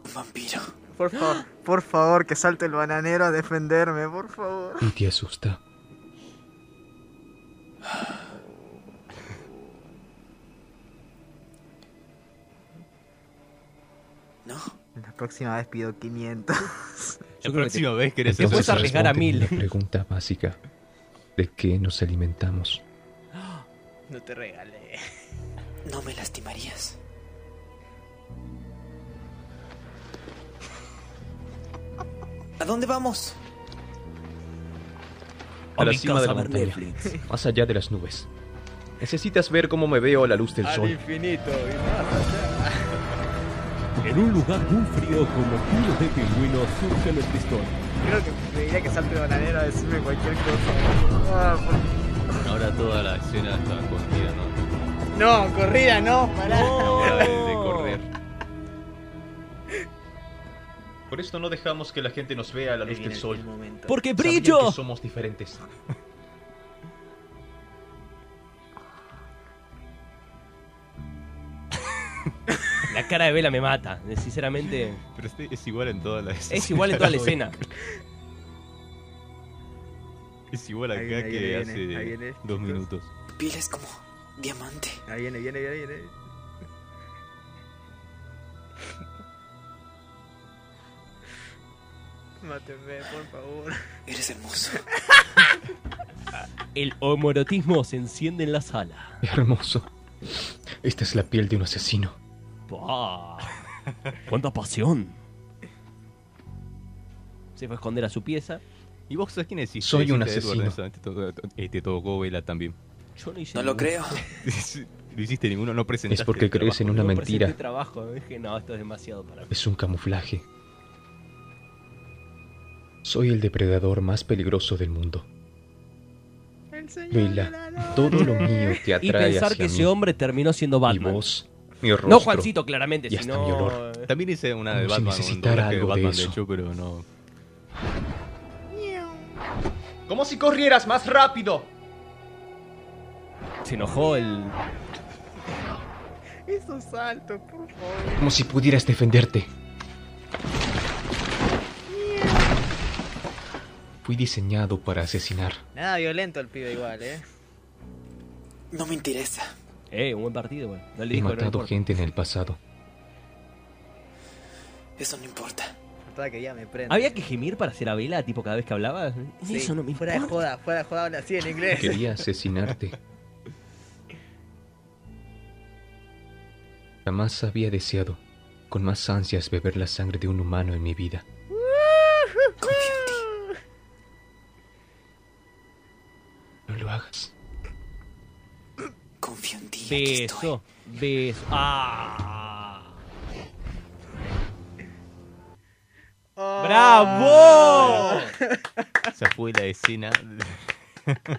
Speaker 8: Un vampiro.
Speaker 4: Por favor, por favor, que salte el bananero a defenderme, por favor.
Speaker 9: y te asusta.
Speaker 8: No.
Speaker 4: La próxima vez pido 500.
Speaker 5: La próxima vez querés hacer
Speaker 3: Después
Speaker 9: Entonces
Speaker 3: a arriesgar a
Speaker 9: respóndeme
Speaker 3: mil.
Speaker 9: La pregunta básica. ¿De qué nos alimentamos?
Speaker 4: No te regalé.
Speaker 8: No me lastimarías. ¿A dónde vamos?
Speaker 9: A la cima de la montaña. Más allá de las nubes. Necesitas ver cómo me veo a la luz del sol.
Speaker 4: infinito.
Speaker 3: En un lugar muy frío con los kilos de pingüinos surgen el pistón.
Speaker 4: Creo que me diría que salte el bananero a decirme cualquier cosa. Ah, por-
Speaker 5: Ahora toda la escena está escondida, ¿no?
Speaker 10: No, corrida no, pará.
Speaker 5: de
Speaker 9: Oh.
Speaker 5: correr.
Speaker 9: Por esto no dejamos que la gente nos vea a la luz del sol.
Speaker 3: Porque
Speaker 9: Sabían
Speaker 3: brillo.
Speaker 9: que somos diferentes.
Speaker 3: La cara de Vela me mata, eh, sinceramente.
Speaker 5: Pero este es igual en toda la escena.
Speaker 3: Es igual en toda la escena.
Speaker 5: Es igual acá
Speaker 10: Ahí viene, ahí
Speaker 5: que
Speaker 10: viene,
Speaker 5: hace
Speaker 10: ahí viene,
Speaker 5: dos minutos.
Speaker 8: Pieles como diamante.
Speaker 10: Ahí viene, viene, viene, viene. Mátenme, por favor.
Speaker 8: Eres hermoso.
Speaker 3: El homorotismo se enciende en la sala.
Speaker 9: Hermoso. Esta es la piel de un asesino.
Speaker 3: Pa. ¡Cuánta pasión! Se fue a esconder a su pieza.
Speaker 5: ¿Y vos sabés quién es? Sí,
Speaker 9: Soy
Speaker 5: sí,
Speaker 9: un
Speaker 5: sí, Edward,
Speaker 9: asesino.
Speaker 5: honestamente, to- to- eh, Te tocó vela también.
Speaker 3: Yo no hice
Speaker 8: No lo
Speaker 3: ningún-
Speaker 8: creo.
Speaker 5: No hiciste ninguno, no presentaste.
Speaker 9: Es porque
Speaker 5: el
Speaker 9: crees en
Speaker 5: trabajo.
Speaker 9: una
Speaker 3: No
Speaker 9: mentira.
Speaker 3: presenté trabajo, dije, no, esto es demasiado para mí.
Speaker 9: Es un camuflaje. Soy el depredador más peligroso del mundo. Vela, todo lo mío te
Speaker 3: Y
Speaker 9: atrae
Speaker 3: pensar
Speaker 9: hacia
Speaker 3: que
Speaker 9: mí.
Speaker 3: ese hombre terminó siendo Batman.
Speaker 9: mi
Speaker 3: no
Speaker 9: rostro,
Speaker 3: Juancito, claramente,
Speaker 9: y hasta
Speaker 3: sino. eh,
Speaker 9: mi olor.
Speaker 5: También hice una
Speaker 9: Como
Speaker 5: de
Speaker 9: si
Speaker 5: Batman. un
Speaker 9: necesitara
Speaker 5: doblaje
Speaker 9: algo de
Speaker 5: Batman,
Speaker 9: eso.
Speaker 5: hecho, pero no.
Speaker 9: Como si corrieras más rápido.
Speaker 3: Se enojó el...
Speaker 10: Esos saltos, por favor.
Speaker 9: Como si pudieras defenderte. Fui diseñado para asesinar.
Speaker 4: Nada violento el pibe igual, eh.
Speaker 8: No me interesa.
Speaker 3: Eh, un buen partido, güey. No le
Speaker 9: He
Speaker 3: dijo no
Speaker 9: matado
Speaker 3: importa.
Speaker 9: gente en el pasado.
Speaker 8: Eso no importa.
Speaker 4: Faltaba que ya me prenda.
Speaker 3: ¿Había que gemir para hacer a vela, tipo, cada vez que hablabas?
Speaker 4: Sí,
Speaker 3: Eso no me
Speaker 4: Fuera de joda, fuera de joda habla así en inglés.
Speaker 9: Quería asesinarte. Jamás había deseado con más ansias beber la sangre de un humano en mi vida. No lo hagas.
Speaker 8: Confío en ti. aquí estoy.
Speaker 3: Beso, beso. ¡Ah!
Speaker 4: Oh.
Speaker 3: ¡Bravo!
Speaker 5: Esa fue la escena.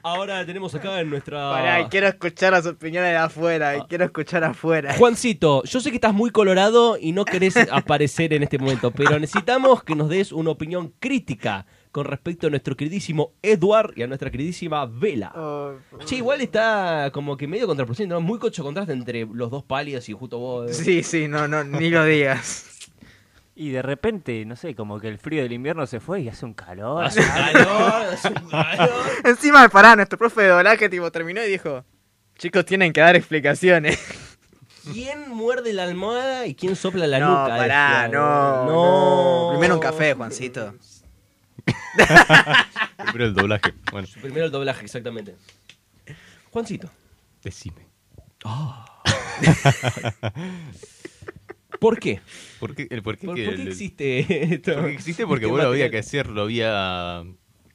Speaker 3: Ahora tenemos acá en nuestra...
Speaker 4: Pará, quiero escuchar las opiniones de afuera,
Speaker 3: Ah.
Speaker 4: quiero escuchar afuera.
Speaker 3: Juancito, yo sé que estás muy colorado y no querés aparecer en este momento, pero necesitamos que nos des una opinión crítica con respecto a nuestro queridísimo Edward y a nuestra queridísima Vela.
Speaker 4: Oh.
Speaker 3: Che, igual está como que medio contraproducente, ¿no? Muy cocho contraste entre los dos pálidos y justo vos. eh.
Speaker 4: Sí, sí, no, no, ni lo digas.
Speaker 6: Y de repente, no sé, como que el frío del invierno se fue y hace un calor.
Speaker 3: Ah, Hace un calor, hace un
Speaker 4: Encima, pará, nuestro profe de doblaje tipo terminó y dijo, chicos tienen que dar explicaciones.
Speaker 3: ¿Quién muerde la almohada y quién sopla la
Speaker 4: no,
Speaker 3: nuca?
Speaker 4: pará,
Speaker 3: decía,
Speaker 4: no,
Speaker 3: güey.
Speaker 4: no.
Speaker 3: No.
Speaker 4: Primero un café, Juancito.
Speaker 5: Primero el doblaje. Bueno,
Speaker 3: Primero el doblaje, exactamente. Juancito.
Speaker 5: decime.
Speaker 3: ¿Por qué?
Speaker 5: ¿Por qué, el por qué,
Speaker 3: ¿Por,
Speaker 5: que
Speaker 3: por qué
Speaker 5: el-
Speaker 3: existe esto?
Speaker 5: Porque existe porque
Speaker 3: Este
Speaker 5: bueno, había
Speaker 3: material.
Speaker 5: que hacerlo, había...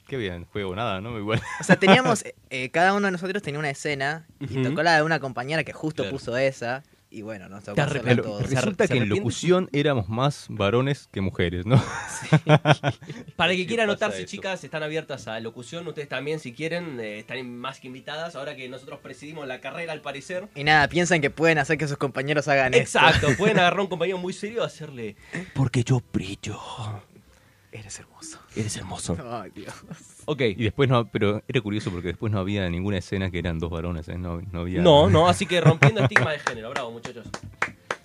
Speaker 5: ¿Qué había en juego? Nada, ¿no? Igual.
Speaker 4: O sea, teníamos, eh, cada uno de nosotros tenía una escena y
Speaker 5: Ujú.
Speaker 4: tocó la de una compañera que justo
Speaker 5: Claro.
Speaker 4: puso esa y bueno, nos tocó
Speaker 3: Te
Speaker 4: hacerla
Speaker 3: arrepentí.
Speaker 4: todos.
Speaker 3: Se arre-
Speaker 5: Resulta
Speaker 3: se
Speaker 5: que en
Speaker 3: arrepiente.
Speaker 5: locución éramos más varones que mujeres, ¿no?
Speaker 3: Para el que
Speaker 5: Sí,
Speaker 3: quiera
Speaker 5: pasa
Speaker 3: anotarse,
Speaker 5: eso.
Speaker 3: chicas, están abiertas a locución. Ustedes también, si quieren, eh, están más que invitadas. Ahora que nosotros presidimos la carrera, al parecer.
Speaker 4: Y nada, piensan que pueden hacer que sus compañeros hagan esto.
Speaker 3: Exacto, pueden agarrar a un compañero muy serio y hacerle. Porque yo brillo.
Speaker 4: Eres hermoso.
Speaker 3: Eres hermoso.
Speaker 4: Ay, Dios.
Speaker 3: Ok.
Speaker 5: Y después no, pero era curioso porque después no había ninguna escena que eran dos varones, ¿eh? No, no había...
Speaker 3: No, no, así que rompiendo estigma de género. Bravo, muchachos.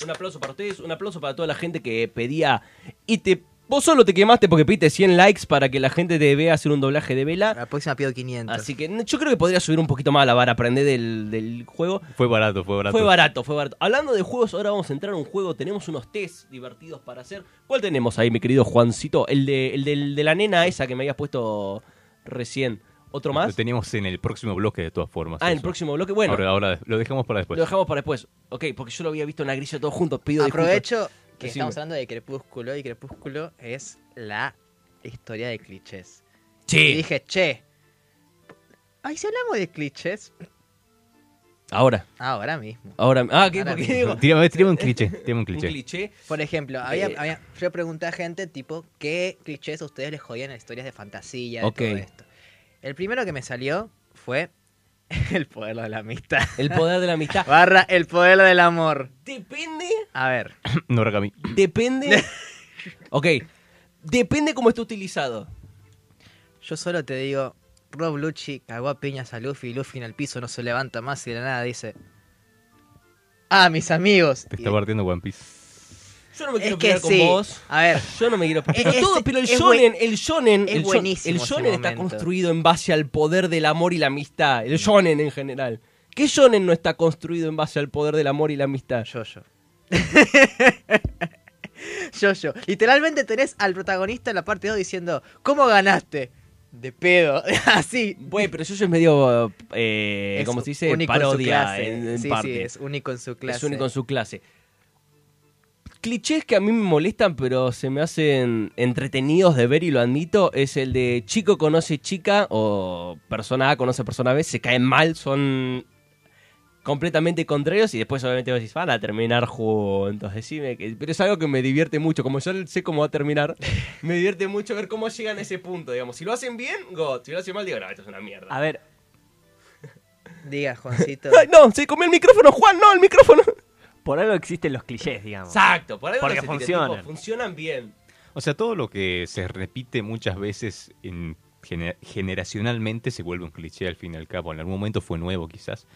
Speaker 3: Un aplauso para ustedes, un aplauso para toda la gente que pedía. Y te. Vos solo te quemaste porque pediste 100 likes para que la gente te vea hacer un doblaje de vela.
Speaker 4: La próxima pido 500.
Speaker 3: Así que yo creo que podría subir un poquito más la vara, aprender del, del juego.
Speaker 5: Fue barato, fue barato.
Speaker 3: Fue barato, fue barato. Hablando de juegos, ahora vamos a entrar a un juego. Tenemos unos test divertidos para hacer. ¿Cuál tenemos ahí, mi querido Juancito? El de, el del- de la nena esa que me habías puesto recién. ¿Otro
Speaker 5: Lo
Speaker 3: más?
Speaker 5: teníamos en el próximo bloque de todas formas.
Speaker 3: Ah, en el
Speaker 5: eso.
Speaker 3: próximo bloque. Bueno,
Speaker 5: Ahora, ahora lo dejamos para después.
Speaker 3: lo dejamos para después. Ok, porque yo lo había visto en la grilla todos juntos. Pido disculpas.
Speaker 4: Aprovecho que
Speaker 3: Decime.
Speaker 4: estamos hablando de Crepúsculo y Crepúsculo es la historia de clichés. Y
Speaker 3: Sí,
Speaker 4: dije, che, ay, si hablamos de clichés,
Speaker 3: ahora.
Speaker 4: ahora mismo.
Speaker 3: Ahora. Ah, ¿qué?
Speaker 4: Ahora
Speaker 3: ¿Por qué
Speaker 4: mismo.
Speaker 3: digo?
Speaker 5: Tírame, tírame un cliché, tírame un
Speaker 3: Un
Speaker 5: cliché.
Speaker 3: cliché.
Speaker 4: Por ejemplo, había,
Speaker 3: Eh.
Speaker 4: había- yo pregunté a gente tipo, ¿qué clichés a ustedes les jodían en historias de fantasía? De
Speaker 3: Ok.
Speaker 4: todo esto? El primero que me salió fue El poder de la amistad.
Speaker 3: El poder de la amistad.
Speaker 4: Barra el poder del amor.
Speaker 3: Depende.
Speaker 4: A ver.
Speaker 5: No Rakami.
Speaker 3: Depende. ok. Depende cómo esté utilizado.
Speaker 4: Yo solo te digo, Rob Lucci cagó a piñas a Luffy y Luffy en el piso no se levanta más y de la nada dice... Ah, mis amigos.
Speaker 5: Te está partiendo One Piece.
Speaker 3: Yo no me quiero
Speaker 4: que
Speaker 3: pelear con
Speaker 4: sí.
Speaker 3: vos.
Speaker 4: A ver.
Speaker 3: Yo no me quiero pelear.
Speaker 4: Es-
Speaker 3: Pero, todo,
Speaker 4: es-
Speaker 3: pero el
Speaker 4: es
Speaker 3: shonen,
Speaker 4: buen-
Speaker 3: el shonen,
Speaker 4: es
Speaker 3: el, shon- el
Speaker 4: buenísimo ese
Speaker 3: shonen está
Speaker 4: momento.
Speaker 3: construido en base al poder del amor y la amistad. El shonen en general. ¿Qué shonen no está construido en base al poder del amor y la amistad?
Speaker 4: Yo, yo. Yo, yo. Literalmente tenés al protagonista en la parte 2 diciendo, ¿cómo ganaste? De pedo. Así.
Speaker 3: Bueno, pero yo es medio, eh,
Speaker 4: Es
Speaker 3: como se dice,
Speaker 4: único en su
Speaker 3: parodia
Speaker 4: clase.
Speaker 3: en, en
Speaker 4: Sí, sí,
Speaker 3: parte.
Speaker 4: es único en su clase.
Speaker 3: Es único en su clase. Clichés que a mí me molestan, pero se me hacen entretenidos de ver y lo admito, es el de chico conoce chica o persona A conoce persona B, se caen mal, son completamente contrarios y después obviamente vos decís, van a terminar juntos, decime que... Pero es algo que me divierte mucho, como yo sé cómo va a terminar, me divierte mucho ver cómo llegan a ese punto, digamos. Si lo hacen bien, God, si lo hacen mal, digo, no, esto es una mierda.
Speaker 6: A ver.
Speaker 4: Diga, Juancito.
Speaker 3: Ay, no, se comió el micrófono, Juan, no, el micrófono.
Speaker 6: Por algo existen los clichés, digamos.
Speaker 3: Exacto, por algo
Speaker 6: Porque
Speaker 3: los estereotipos
Speaker 6: funcionan.
Speaker 3: funcionan bien.
Speaker 5: O sea, todo lo que se repite muchas veces en gener- generacionalmente se vuelve un cliché al fin y al cabo. En algún momento fue nuevo quizás,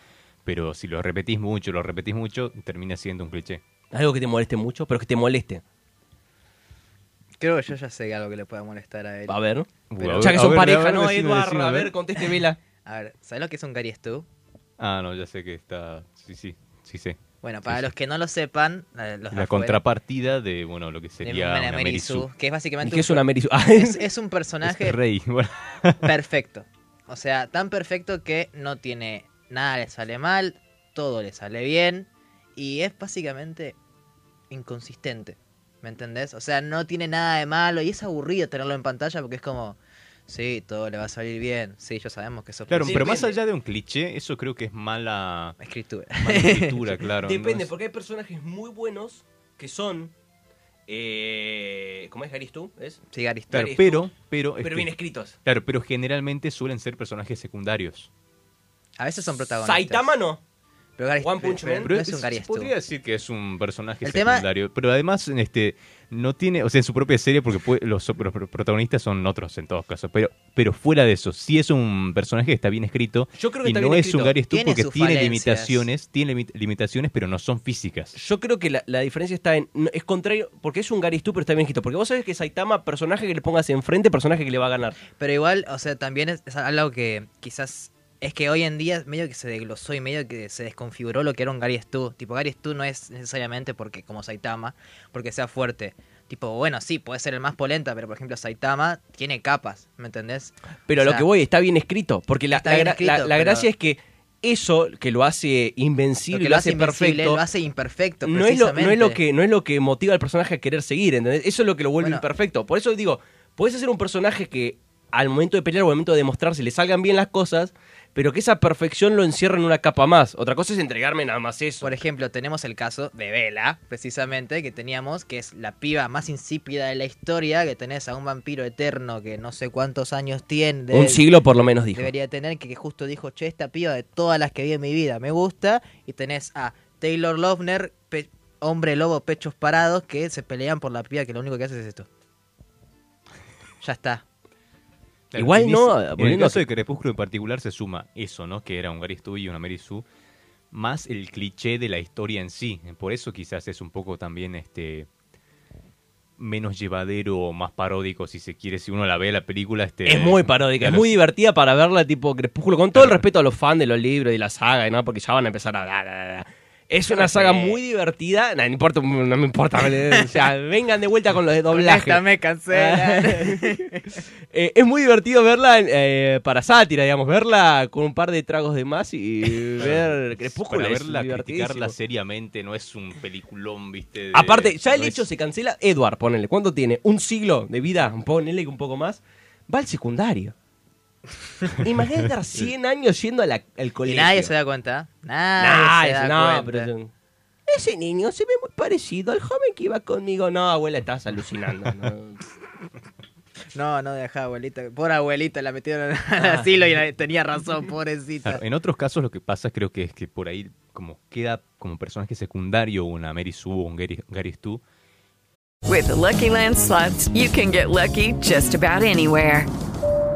Speaker 5: pero si lo repetís mucho, lo repetís mucho, termina siendo un cliché.
Speaker 3: Algo que te moleste mucho, pero que te moleste.
Speaker 4: Creo que yo ya sé algo que le pueda molestar a él.
Speaker 3: A ver.
Speaker 5: Pero-
Speaker 3: ya que
Speaker 5: a
Speaker 3: son
Speaker 5: ver, a
Speaker 3: pareja,
Speaker 5: ver,
Speaker 3: ¿no,
Speaker 5: decime,
Speaker 3: Eduardo?
Speaker 5: decime,
Speaker 3: a
Speaker 5: a ver.
Speaker 3: ver, conteste Vela.
Speaker 4: A ver, ¿sabes lo que es un Gary Stu?
Speaker 5: Ah, no, ya sé que está... Sí, sí, sí sé.
Speaker 4: Bueno,
Speaker 5: Sí,
Speaker 4: para
Speaker 5: sí.
Speaker 4: los que no lo sepan, eh,
Speaker 3: Ah,
Speaker 4: los de
Speaker 5: La
Speaker 4: afuera,
Speaker 5: contrapartida de, bueno, lo que
Speaker 4: de
Speaker 5: sería una
Speaker 4: Merisu,
Speaker 5: Merisu.
Speaker 4: que es básicamente
Speaker 3: ¿Qué es una Merisu? Ah,
Speaker 4: es, es un personaje
Speaker 5: Es Este rey. bueno.
Speaker 4: perfecto. O sea, tan perfecto que no tiene nada le sale mal, todo le sale bien y es básicamente inconsistente. ¿Me entendés? O sea, no tiene nada de malo y es aburrido tenerlo en pantalla porque es como, sí, todo le va a salir bien. Sí, ya sabemos que eso
Speaker 5: Claro, pero más allá de un cliché, eso creo que es mala...
Speaker 4: Escritura.
Speaker 5: Mala escritura, claro.
Speaker 3: Depende,
Speaker 5: entonces-
Speaker 3: porque hay personajes muy buenos que son. Eh, ¿Cómo es Garis tú? ¿Es?
Speaker 4: Sí, Gary Stu.
Speaker 5: Claro,
Speaker 3: Claro,
Speaker 5: pero, pero,
Speaker 3: pero bien escritos.
Speaker 5: Claro, pero generalmente suelen ser personajes secundarios.
Speaker 4: A veces son protagonistas.
Speaker 3: Saitama no.
Speaker 4: Pero Gary
Speaker 3: One
Speaker 4: Stu-
Speaker 3: Punch Man.
Speaker 4: pero no es un Gary
Speaker 5: se
Speaker 4: Stu.
Speaker 5: podría decir que es un personaje
Speaker 4: El tema-
Speaker 5: secundario, pero además en este no tiene, o sea, en su propia serie porque puede- los, los pro- protagonistas son otros en todos casos, pero pero fuera de eso, sí es un personaje que está bien escrito
Speaker 3: Yo creo que
Speaker 5: y
Speaker 3: está
Speaker 5: no
Speaker 3: bien
Speaker 5: es
Speaker 3: escrito.
Speaker 5: un Gary Stu
Speaker 4: Tiene
Speaker 5: porque
Speaker 4: sus
Speaker 5: tiene
Speaker 4: falencias.
Speaker 5: limitaciones, tiene limi- limitaciones, pero no son físicas.
Speaker 3: Yo creo que la, la diferencia está en. no, es contrario, porque es un Garis tú, pero está bien escrito. Porque vos sabés que Saitama, personaje que le pongas enfrente, personaje que le va a ganar.
Speaker 4: Pero igual, o sea, también es, es algo que quizás es que hoy en día medio que se desglosó y medio que se desconfiguró lo que era un Gary Stu. Tipo, Gary Stu no es necesariamente porque como Saitama, porque sea fuerte. Tipo, bueno, sí, puede ser el más polenta, pero por ejemplo Saitama tiene capas, ¿me entendés?
Speaker 3: Pero
Speaker 4: O
Speaker 3: a lo
Speaker 4: sea,
Speaker 3: que voy, está bien escrito. Porque la,
Speaker 4: Está
Speaker 3: la
Speaker 4: bien
Speaker 3: gra-
Speaker 4: escrito,
Speaker 3: la- la
Speaker 4: pero-
Speaker 3: gracia es que eso que lo hace
Speaker 4: lo
Speaker 3: invencible,
Speaker 4: que
Speaker 3: lo, hace
Speaker 4: invencible,
Speaker 3: perfecto.
Speaker 4: lo hace imperfecto,
Speaker 3: no es, lo, no, es lo
Speaker 4: precisamente.
Speaker 3: que, no es lo que motiva al personaje a querer seguir, ¿entendés? Eso es lo que lo vuelve
Speaker 4: Bueno.
Speaker 3: imperfecto. Por eso digo, podés hacer un personaje que al momento de pelear o al momento de demostrarse le salgan bien las cosas, pero que esa perfección lo encierra en una capa más. Otra cosa es entregarme nada más eso.
Speaker 4: Por ejemplo, tenemos el caso de Vela, precisamente, que teníamos, que es la piba más insípida de la historia, que tenés a un vampiro eterno que no sé cuántos años tiene. de-
Speaker 3: Un siglo por lo menos dijo.
Speaker 4: Debería tener que, que justo dijo, che, esta piba de todas las que vi en mi vida me gusta. Y tenés a Taylor Lovner, pe- hombre lobo, pechos parados, que se pelean por la piba que lo único que hace es esto. Ya está.
Speaker 5: Claro,
Speaker 3: Igual
Speaker 5: en
Speaker 3: no,
Speaker 5: ese- En el
Speaker 3: volviendo a
Speaker 5: caso
Speaker 3: que-
Speaker 5: de Crepúsculo en particular se suma eso, ¿no? Que era un Gary Stu y una Mary Sue, más el cliché de la historia en sí. Por eso quizás es un poco también este menos llevadero o más paródico, si se quiere. Si uno la ve la película, este
Speaker 3: Es muy paródica,
Speaker 5: claro,
Speaker 3: es muy divertida para verla tipo Crepúsculo, con todo el respeto a los fans de los libros y la saga y nada, porque ya van a empezar a... da, da, da. Es una saga muy divertida, nah, no, importa, no me importa, o sea, vengan de vuelta con los de doblaje.
Speaker 4: Esta me cancelan.
Speaker 3: Eh, es muy divertido verla eh, para sátira, digamos, verla con un par de tragos de más y ver Crepúsculo.
Speaker 5: Para
Speaker 3: es
Speaker 5: verla, criticarla
Speaker 3: divertidísimo.
Speaker 5: seriamente, no es un peliculón, viste. de-
Speaker 3: Aparte, ya el
Speaker 5: no
Speaker 3: hecho
Speaker 5: es-
Speaker 3: se cancela. Edward, ponele, ¿cuánto tiene? ¿Un siglo de vida? Ponele que un poco más. Va al secundario. Imagínate estar 100 años yendo a la- al
Speaker 4: Y
Speaker 3: colegio.
Speaker 4: nadie se da cuenta.
Speaker 3: Nah,
Speaker 4: Nadie se da
Speaker 3: no,
Speaker 4: cuenta.
Speaker 3: pero es un- Ese niño se ve muy parecido al joven que iba conmigo. No, abuela, estás alucinando. ¿no?
Speaker 4: No, no dejá, abuelita. Pobre abuelita, la metieron al asilo y la- tenía razón, pobrecita.
Speaker 5: Claro, en otros casos lo que pasa creo que es que por ahí como queda como personaje secundario una Mary Sue o un Gary, Gary Stu.
Speaker 1: With the Lucky Land slots, you can get lucky just about anywhere.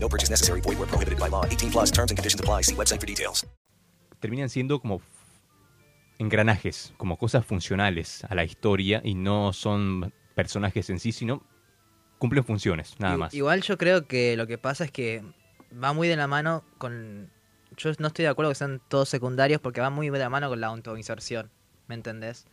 Speaker 11: No purchase necessary. Void where prohibited by law. 18 plus terms and conditions apply. See website for details.
Speaker 5: Terminan siendo como engranajes, como cosas funcionales a la historia y no son personajes en sí, sino cumplen funciones, nada más.
Speaker 4: Igual yo creo que lo que pasa es que va muy de la mano con... Yo no estoy de acuerdo que sean todos secundarios porque va muy de la mano con la autoinserción, ¿me entendés?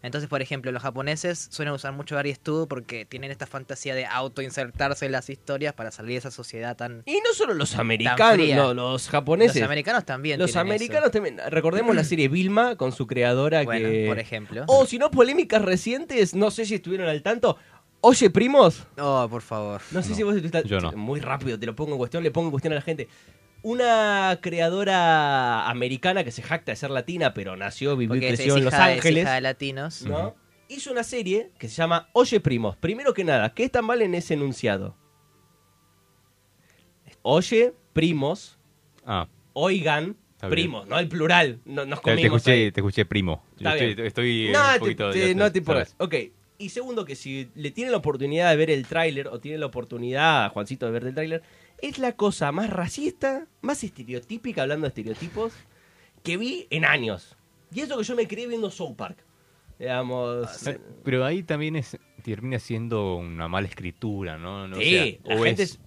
Speaker 4: Entonces, por ejemplo, los japoneses suelen usar mucho Gary Stu porque tienen esta fantasía de autoinsertarse en las historias para salir de esa sociedad tan...
Speaker 3: Y no solo los
Speaker 4: tan
Speaker 3: americanos,
Speaker 4: fría.
Speaker 3: no, los japoneses.
Speaker 4: Los americanos también
Speaker 3: Los
Speaker 4: tienen eso.
Speaker 3: americanos también. Recordemos la serie Vilma con su creadora que.
Speaker 4: por ejemplo.
Speaker 3: O si no, polémicas recientes, no sé si estuvieron al tanto. Oye, primos.
Speaker 4: No, Oh, por favor.
Speaker 3: No sé si vos estuviste. al-
Speaker 5: Yo no.
Speaker 3: Muy rápido, te lo pongo en cuestión, le pongo en cuestión a la gente. Una creadora americana que se jacta de ser latina, pero nació, vivió
Speaker 4: Porque
Speaker 3: y
Speaker 4: es,
Speaker 3: creció en
Speaker 4: hija
Speaker 3: Los
Speaker 4: de- es
Speaker 3: Ángeles.
Speaker 4: hija de latinos.
Speaker 3: ¿no? Hizo una serie que se llama Oye Primos. Primero que nada, ¿qué está mal en ese enunciado? Oye, primos,
Speaker 5: Ah,
Speaker 3: oigan,
Speaker 5: Está bien.
Speaker 3: primos, no el plural. no- nos
Speaker 5: te, te
Speaker 3: comimos.
Speaker 5: escuché,
Speaker 3: ahí.
Speaker 5: te escuché primo. Yo
Speaker 3: Está
Speaker 5: estoy,
Speaker 3: bien.
Speaker 5: estoy, eh,
Speaker 3: No,
Speaker 5: un
Speaker 3: te-
Speaker 5: poquito
Speaker 3: te-
Speaker 5: de-
Speaker 3: no te
Speaker 5: ¿sabes?
Speaker 3: importas. Ok. Y segundo, que si le tienen la oportunidad de ver el tráiler o tienen la oportunidad, a Juancito, de ver el tráiler, es la cosa más racista, más estereotípica, hablando de estereotipos, que vi en años. Y eso que yo me crié viendo South Park. Digamos.
Speaker 5: Eh, Pero ahí también es, termina siendo una mala escritura, ¿no? No, o
Speaker 3: Sí,
Speaker 5: sea,
Speaker 3: la
Speaker 5: o
Speaker 3: gente
Speaker 5: es,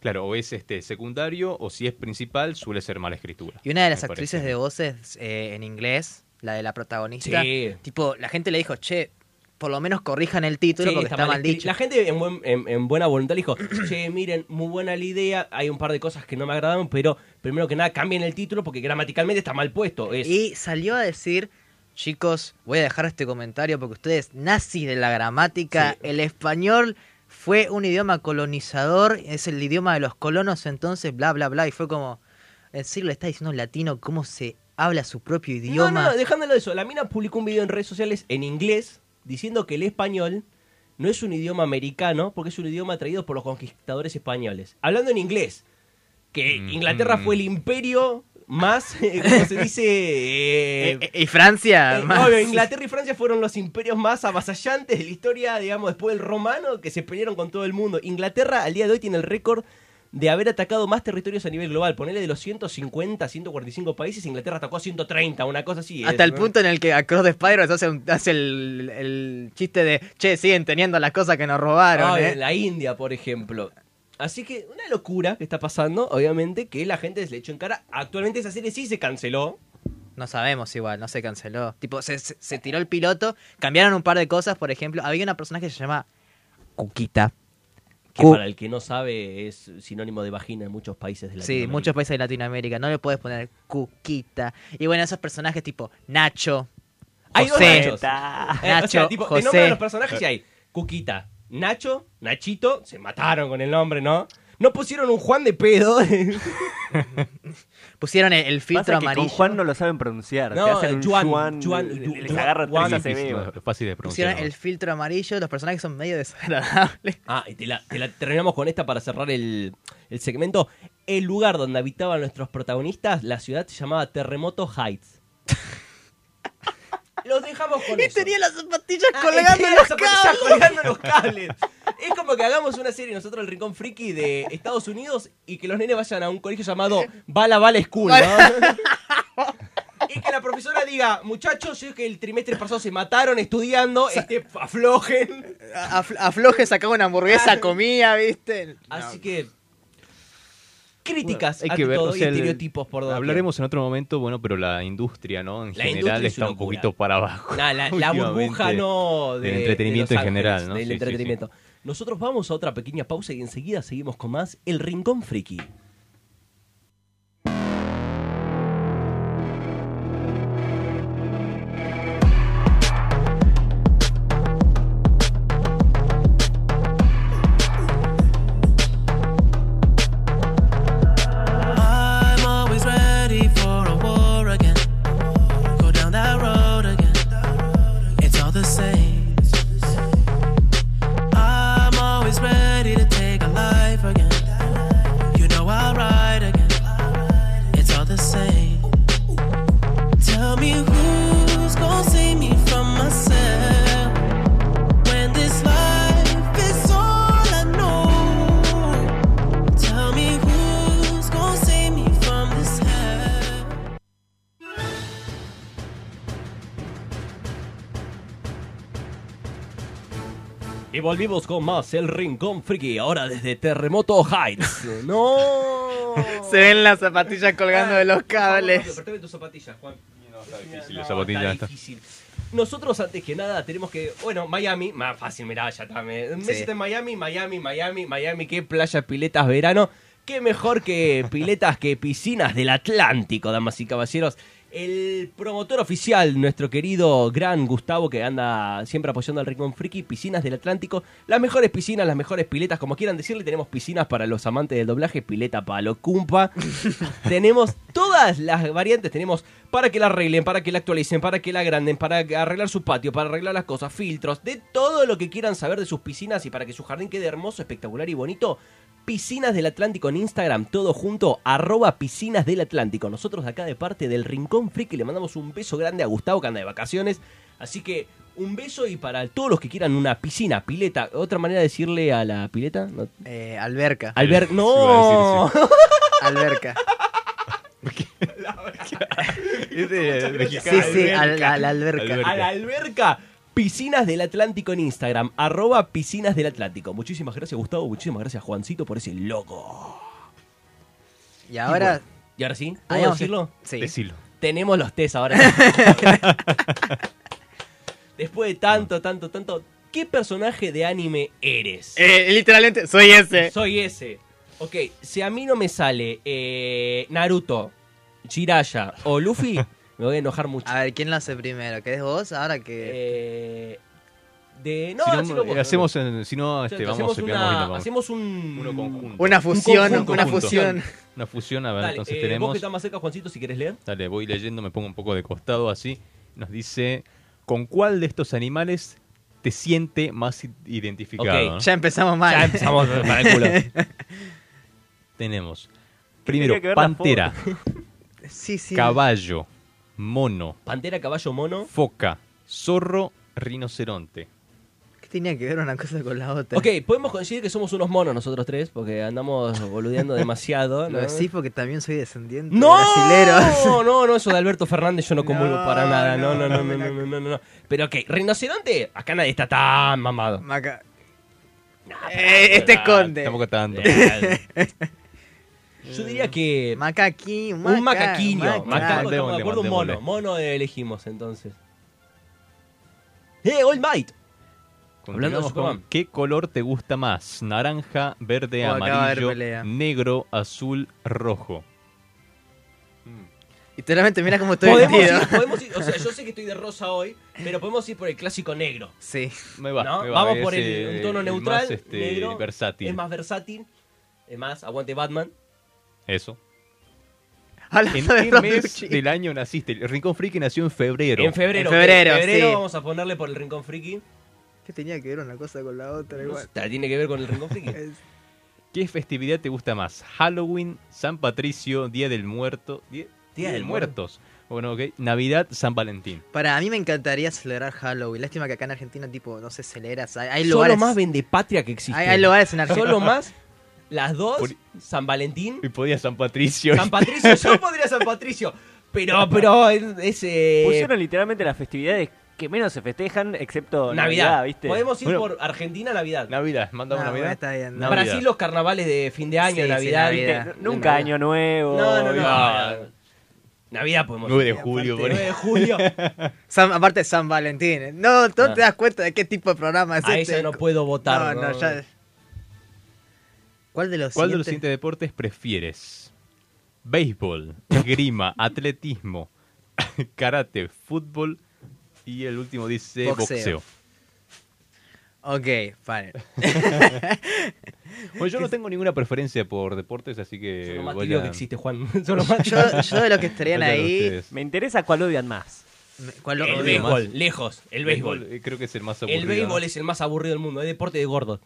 Speaker 5: Claro, o es este secundario, o si es principal, suele ser mala escritura.
Speaker 4: Y una de las
Speaker 5: me parece.
Speaker 4: actrices de voces eh, en inglés, la de la protagonista,
Speaker 3: Sí.
Speaker 4: tipo, la gente le dijo, che, por lo menos corrijan el título
Speaker 3: Sí,
Speaker 4: porque
Speaker 3: está
Speaker 4: está,
Speaker 3: mal
Speaker 4: mal
Speaker 3: escri-
Speaker 4: dicho.
Speaker 3: La gente en, buen- en- en buena voluntad le dijo, che, miren, muy buena la idea, hay un par de cosas que no me agradaron, pero primero que nada cambien el título porque gramaticalmente está mal puesto. Es,
Speaker 4: Y salió a decir, chicos, voy a dejar este comentario porque ustedes, nazis de la gramática, el español fue un idioma colonizador, es el idioma de los colonos, entonces, bla, bla, bla. Y fue como, en serio le está diciendo un latino cómo se habla su propio
Speaker 3: no,
Speaker 4: idioma.
Speaker 3: no, no, dejándolo de eso, la mina publicó un video en redes sociales en inglés diciendo que el español no es un idioma americano porque es un idioma traído por los conquistadores españoles. Hablando en inglés, que Inglaterra fue el imperio más, eh, ¿cómo se dice? Eh,
Speaker 4: Y- y Francia,
Speaker 3: Eh,
Speaker 4: más.
Speaker 3: obvio, Inglaterra y Francia fueron los imperios más avasallantes de la historia, digamos, después del romano, que se pelearon con todo el mundo. Inglaterra al día de hoy tiene el récord de haber atacado más territorios a nivel global. Ponele de los 150 145 países, Inglaterra atacó a 130, una cosa así. ¿eh?
Speaker 4: Hasta
Speaker 3: Es,
Speaker 4: el
Speaker 3: ¿no?
Speaker 4: punto en el que Across the Spider hace, un- hace el, el chiste de, che, siguen teniendo las cosas que nos robaron.
Speaker 3: Ah,
Speaker 4: ¿eh?".
Speaker 3: en la India, por ejemplo. Así que una locura que está pasando, obviamente, que la gente se le echó en cara. Actualmente esa serie sí se canceló.
Speaker 4: No sabemos igual, no se canceló. Tipo, se, se- se tiró el piloto, cambiaron un par de cosas, por ejemplo, había una persona que se llama Cuquita.
Speaker 3: Que
Speaker 4: Cu-
Speaker 3: para el que no sabe es sinónimo de vagina en muchos países de la
Speaker 4: Sí, muchos países de Latinoamérica, no le puedes poner Cuquita. Y bueno, esos personajes tipo Nacho,
Speaker 3: Hay dos
Speaker 4: José,
Speaker 3: Nachos. Eh,
Speaker 4: Nacho,
Speaker 3: o sea, tipo, de nombre
Speaker 4: José.
Speaker 3: de los personajes ya hay Cuquita, Nacho, Nachito, se mataron con el nombre, ¿no? No pusieron un Juan de pedo.
Speaker 4: Pusieron el, el filtro
Speaker 6: que con
Speaker 4: amarillo.
Speaker 6: Juan no lo saben pronunciar.
Speaker 3: No,
Speaker 6: te hacen un
Speaker 3: Juan,
Speaker 6: Juan,
Speaker 3: Juan,
Speaker 6: les
Speaker 3: Juan,
Speaker 6: agarra
Speaker 3: Juan,
Speaker 6: tres
Speaker 5: Difícil,
Speaker 6: ACB.
Speaker 5: no, fácil de pronunciar.
Speaker 4: Pusieron el filtro amarillo, los personajes son medio desagradables.
Speaker 3: ah, y te la, te la terminamos con esta para cerrar el, el segmento. El lugar donde habitaban nuestros protagonistas, la ciudad se llamaba Terremoto Heights. Los dejamos con
Speaker 4: Y
Speaker 3: eso.
Speaker 4: tenía las zapatillas
Speaker 3: Ah,
Speaker 4: colgando
Speaker 3: tenía
Speaker 4: en
Speaker 3: las
Speaker 4: los
Speaker 3: zapatillas
Speaker 4: cables.
Speaker 3: colgando en los cables. Es como que hagamos una serie nosotros el Rincón Friki de Estados Unidos y que los nenes vayan a un colegio llamado Bala Bala School, ¿no? y que la profesora diga, muchachos, yo es que el trimestre pasado se mataron estudiando, este, aflojen.
Speaker 5: eh,
Speaker 4: Af- afloje, sacaba una hamburguesa, comía, ¿viste?
Speaker 3: Así que. Críticas
Speaker 5: Hay
Speaker 3: ante
Speaker 5: que ver,
Speaker 3: todo
Speaker 5: o sea,
Speaker 3: y
Speaker 5: el-
Speaker 3: estereotipos por doquier.
Speaker 5: Hablaremos en otro momento, bueno, pero la industria, ¿no? En
Speaker 3: La
Speaker 5: general
Speaker 3: industria es
Speaker 5: está
Speaker 3: una
Speaker 5: un poquito para abajo.
Speaker 3: Nah, la, la burbuja
Speaker 5: últimamente,
Speaker 3: no. De,
Speaker 5: del entretenimiento
Speaker 3: de Los
Speaker 5: en general,
Speaker 3: Ángeles,
Speaker 5: ¿no?
Speaker 3: Del
Speaker 5: Sí, sí, sí.
Speaker 3: entretenimiento. Nosotros vamos a otra pequeña pausa y enseguida seguimos con más El Rincón Friki.
Speaker 12: I'm always ready for a war again. Go down that road again. It's all the same. I'm always ready to take a life again. You know I'll ride again. It's all the same. Tell me who's gonna save me from myself when this life is all I know. Tell me who's gonna save me from this hell.
Speaker 3: Y volvimos con más El Rincón Friki, ahora desde Terremoto Heights. ¡No!
Speaker 4: Se ven las zapatillas colgando de los
Speaker 3: Ah. Vamos,
Speaker 4: cables.
Speaker 3: apretame tus zapatillas, Juan.
Speaker 5: difícil, las zapatillas
Speaker 3: está
Speaker 5: están-
Speaker 3: difícil. Nosotros, antes que nada, tenemos que. Bueno, Miami, más fácil, mirá, ya está. me- Messi está en Miami, Miami, Miami, Miami, qué playas, piletas, verano. Qué mejor que piletas que piscinas del Atlántico, damas y caballeros. El promotor oficial, nuestro querido gran Gustavo, que anda siempre apoyando al Rincón Friki, Piscinas del Atlántico, las mejores piscinas, las mejores piletas, como quieran decirle, tenemos piscinas para los amantes del doblaje, pileta palo cumpa, tenemos todas las variantes, tenemos para que la arreglen, para que la actualicen, para que la agranden, para arreglar su patio, para arreglar las cosas, filtros, de todo lo que quieran saber de sus piscinas y para que su jardín quede hermoso, espectacular y bonito. Piscinas del Atlántico en Instagram, todo junto, arroba Piscinas del Atlántico. Nosotros de acá de parte del Rincón Friki le mandamos un beso grande a Gustavo que anda de vacaciones. Así que un beso y para todos los que quieran una piscina, pileta, otra manera de decirle a la pileta. No.
Speaker 4: Eh, alberca.
Speaker 3: Alber- no.
Speaker 4: Alberca. Sí, sí, a la, la alberca.
Speaker 3: A la alberca. Piscinas del Atlántico en Instagram, arroba Piscinas del Atlántico. Muchísimas gracias, Gustavo. Muchísimas gracias, Juancito, por ese logo.
Speaker 4: Y ahora.
Speaker 3: bueno, ¿Y ahora sí?
Speaker 4: Ah,
Speaker 3: ¿Puedo
Speaker 4: digamos que-
Speaker 3: decirlo?
Speaker 4: sí.
Speaker 5: Decilo.
Speaker 3: Tenemos los test ahora. Después de tanto, tanto, tanto, ¿qué personaje de anime eres?
Speaker 4: Eh, literalmente, soy ese.
Speaker 3: Soy ese. Ok, si a mí no me sale eh, Naruto, Jiraya o Luffy, me voy a enojar mucho.
Speaker 4: A ver, ¿quién lo hace primero? ¿Querés vos? Ahora
Speaker 3: Eh, que. de.
Speaker 5: Si no, eh, hacemos en- si no, este, vamos,
Speaker 3: hacemos,
Speaker 5: pegamos
Speaker 3: una-
Speaker 5: y nos vamos.
Speaker 3: hacemos un. Uno conjunto.
Speaker 4: Una fusión, una fusión.
Speaker 5: Una fusión, a ver,
Speaker 3: Dale,
Speaker 5: entonces
Speaker 3: eh, Vos
Speaker 5: tenemos.
Speaker 3: que estás más cerca, Juancito, si querés leer.
Speaker 5: Dale, voy leyendo, me pongo un poco de costado así. Nos dice, ¿con cuál de estos animales te siente más i- identificado?
Speaker 4: Ok,
Speaker 5: ¿no?
Speaker 4: ya empezamos mal. Ya empezamos
Speaker 5: eh, para el culo. Tenemos, primero,
Speaker 3: tenía que ver la
Speaker 5: pantera,
Speaker 4: Sí, sí.
Speaker 5: caballo, mono,
Speaker 3: Pantera, caballo, mono.
Speaker 5: foca, zorro, rinoceronte.
Speaker 4: ¿Qué tenía que ver una cosa con la otra?
Speaker 3: Ok, podemos coincidir que somos unos monos nosotros tres, porque andamos boludeando demasiado.
Speaker 4: Lo
Speaker 3: ¿no?
Speaker 4: decís porque también soy descendiente
Speaker 3: ¡No!
Speaker 4: de brasileros.
Speaker 3: No, no, no, eso de Alberto Fernández yo no comulgo
Speaker 4: No,
Speaker 3: para nada. No,
Speaker 4: no,
Speaker 3: no, no, no, no, no, no, no. Pero ok, rinoceronte, acá nadie está tan mamado.
Speaker 4: Maca. Eh, este es conde.
Speaker 5: Tampoco tanto.
Speaker 3: Yo diría que.
Speaker 4: Macaquín,
Speaker 3: un macaquinho. Macaco, estamos de
Speaker 5: Mandémosle,
Speaker 3: acuerdo, un
Speaker 5: mandémosle.
Speaker 3: mono. Mono elegimos entonces. ¡Eh, All Might! Hablando de
Speaker 5: Continuamos
Speaker 3: Superman.
Speaker 5: con ¿Qué color te gusta más? Naranja, verde,
Speaker 4: Oh, acá va a haber
Speaker 5: amarillo,
Speaker 4: pelea.
Speaker 5: negro, azul, rojo.
Speaker 4: Literalmente, mira cómo estoy
Speaker 3: Podemos
Speaker 4: vestido.
Speaker 3: ir, podemos ir, o sea, yo sé que estoy de rosa hoy, pero podemos ir por el clásico negro.
Speaker 4: Sí.
Speaker 5: Me va,
Speaker 3: ¿no?
Speaker 5: me va,
Speaker 3: Vamos
Speaker 5: es,
Speaker 3: por el,
Speaker 5: eh,
Speaker 3: un tono
Speaker 5: el
Speaker 3: neutral.
Speaker 5: más, este,
Speaker 3: negro,
Speaker 5: versátil.
Speaker 3: Es más versátil. Es más, aguante Batman.
Speaker 5: Eso. ¿En
Speaker 3: Hablando de
Speaker 5: qué
Speaker 3: Rob
Speaker 5: mes
Speaker 3: Lucci.
Speaker 5: del año naciste? El Rincón Friki nació en febrero.
Speaker 3: En febrero. en febrero vamos a ponerle por el Rincón Friki.
Speaker 4: ¿Qué tenía que ver una cosa con la otra?
Speaker 3: No
Speaker 4: Igual.
Speaker 3: sé, Tiene que ver con el Rincón Friki.
Speaker 5: ¿Qué festividad te gusta más? ¿Halloween, San Patricio, Día del Muerto? Día,
Speaker 3: Día
Speaker 5: del
Speaker 3: del Muerto.
Speaker 5: Muertos. Bueno, ok. Navidad, San Valentín.
Speaker 4: Para mí me encantaría celebrar Halloween. Lástima que acá en Argentina, tipo, no se celebra. o sea, Hay,
Speaker 3: Son
Speaker 4: lugares.
Speaker 3: lo más vendepatria que existe.
Speaker 4: Hay- hay lugares en Argentina.
Speaker 3: Son lo más. Las dos, San Valentín.
Speaker 5: Y podía San Patricio.
Speaker 3: San Patricio, yo podría San Patricio. Pero, eh, pero, ese.
Speaker 6: Pusieron literalmente las festividades que menos se festejan, excepto Navidad, ¿viste?
Speaker 3: Podemos ir
Speaker 6: Bueno,
Speaker 3: por Argentina Navidad.
Speaker 5: Navidad, mandamos
Speaker 6: No,
Speaker 5: Navidad.
Speaker 6: bueno, está bien,
Speaker 5: Navidad.
Speaker 3: Brasil los carnavales de fin de año,
Speaker 6: Sí, sí,
Speaker 3: Navidad.
Speaker 6: Navidad.
Speaker 3: ¿viste?
Speaker 6: Eh, Nunca
Speaker 3: Navidad.
Speaker 6: Año Nuevo,
Speaker 3: No, no, no.
Speaker 6: Ah.
Speaker 3: Navidad. Navidad podemos
Speaker 5: 9 de julio,
Speaker 3: aparte, 9 de
Speaker 5: ponele.
Speaker 3: julio.
Speaker 4: San- aparte San Valentín. No, tú
Speaker 3: Ah.
Speaker 4: te das cuenta de qué tipo de programa es
Speaker 3: A
Speaker 4: este.
Speaker 3: ella no puedo votar.
Speaker 4: No, no, ya- ¿Cuál de los
Speaker 5: ¿Cuál de
Speaker 4: siguientes?
Speaker 5: los siguientes deportes prefieres? Béisbol, esgrima, atletismo, karate, fútbol y el último dice
Speaker 4: Boxeo.
Speaker 5: boxeo.
Speaker 4: Ok, vale.
Speaker 5: Bueno, yo no tengo ninguna preferencia por deportes, así que.
Speaker 3: Lo más
Speaker 5: voy
Speaker 3: tibio
Speaker 5: a-
Speaker 3: que existe, Juan. Yo, lo más-
Speaker 4: Yo- yo de los que estarían
Speaker 5: Vayan
Speaker 4: ahí-
Speaker 5: ustedes.
Speaker 6: Me interesa cuál odian más.
Speaker 3: El
Speaker 4: ¿Cuál
Speaker 5: odian más?
Speaker 3: béisbol, lejos, el béisbol.
Speaker 5: eh, Creo que es el más aburrido.
Speaker 3: El béisbol
Speaker 5: ¿no?
Speaker 3: es el más aburrido del mundo, es deporte de gordos.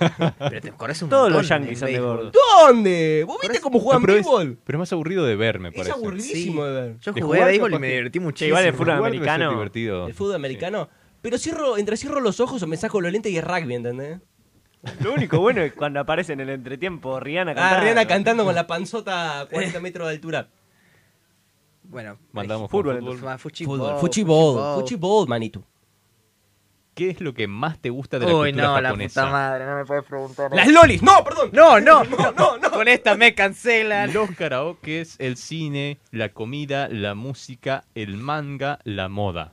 Speaker 4: Pero te corres un
Speaker 6: Todos
Speaker 4: montón
Speaker 6: los yankees son de
Speaker 4: béisbol.
Speaker 6: gordo.
Speaker 3: ¿Dónde? ¿Vos viste cómo juegan
Speaker 5: No, pero es-
Speaker 3: béisbol?
Speaker 5: Pero es más aburrido de ver, me
Speaker 3: Es
Speaker 5: parece.
Speaker 3: aburridísimo de ver.
Speaker 4: Yo
Speaker 5: De
Speaker 4: jugué
Speaker 5: jugar,
Speaker 4: béisbol y
Speaker 5: capaz
Speaker 4: me
Speaker 5: que-
Speaker 4: divertí
Speaker 6: Che,
Speaker 4: muchísimo.
Speaker 6: igual el fútbol
Speaker 5: Jugar debe ser
Speaker 6: americano.
Speaker 5: divertido.
Speaker 3: El fútbol americano. Pero cierro, entre cierro los ojos o me saco los lentes y es rugby, ¿entendés?
Speaker 6: Lo único bueno es cuando aparece en el entretiempo Rihanna cantando.
Speaker 3: Ah, Rihanna cantando con la panzota a 40 metros de altura.
Speaker 4: Bueno,
Speaker 5: Mandamos con
Speaker 3: Fútbol,
Speaker 5: fútbol.
Speaker 4: fútbol,
Speaker 3: Fútbol, fuchibol, fuchibol, manito.
Speaker 5: ¿Qué es lo que más te gusta de la
Speaker 4: Uy,
Speaker 5: cultura
Speaker 4: no, la
Speaker 5: japonesa?
Speaker 4: puta madre, no me puedes preguntar.
Speaker 3: Las lolis, no, perdón.
Speaker 4: No, no, no, no, Con esta me cancelan.
Speaker 5: Los karaokes, el cine, la comida, la música, el manga, la moda.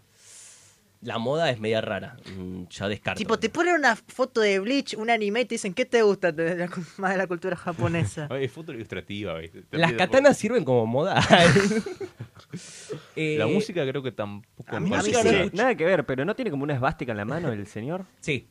Speaker 3: La moda es media rara. Mm, Ya descarto.
Speaker 4: Tipo, te ponen una foto de Bleach, un anime y te dicen, ¿qué te gusta de la, cu- más de la cultura japonesa?
Speaker 5: Ay, Es foto ilustrativa. ¿viste? Te
Speaker 3: Las
Speaker 5: pido por-
Speaker 3: katanas sirven como moda. Eh,
Speaker 5: La música creo que tampoco.
Speaker 3: mí la
Speaker 5: me parece
Speaker 3: música no
Speaker 5: que-
Speaker 3: me gusta.
Speaker 6: Nada que ver, pero ¿no tiene como una esvástica en la mano el señor?
Speaker 3: Sí.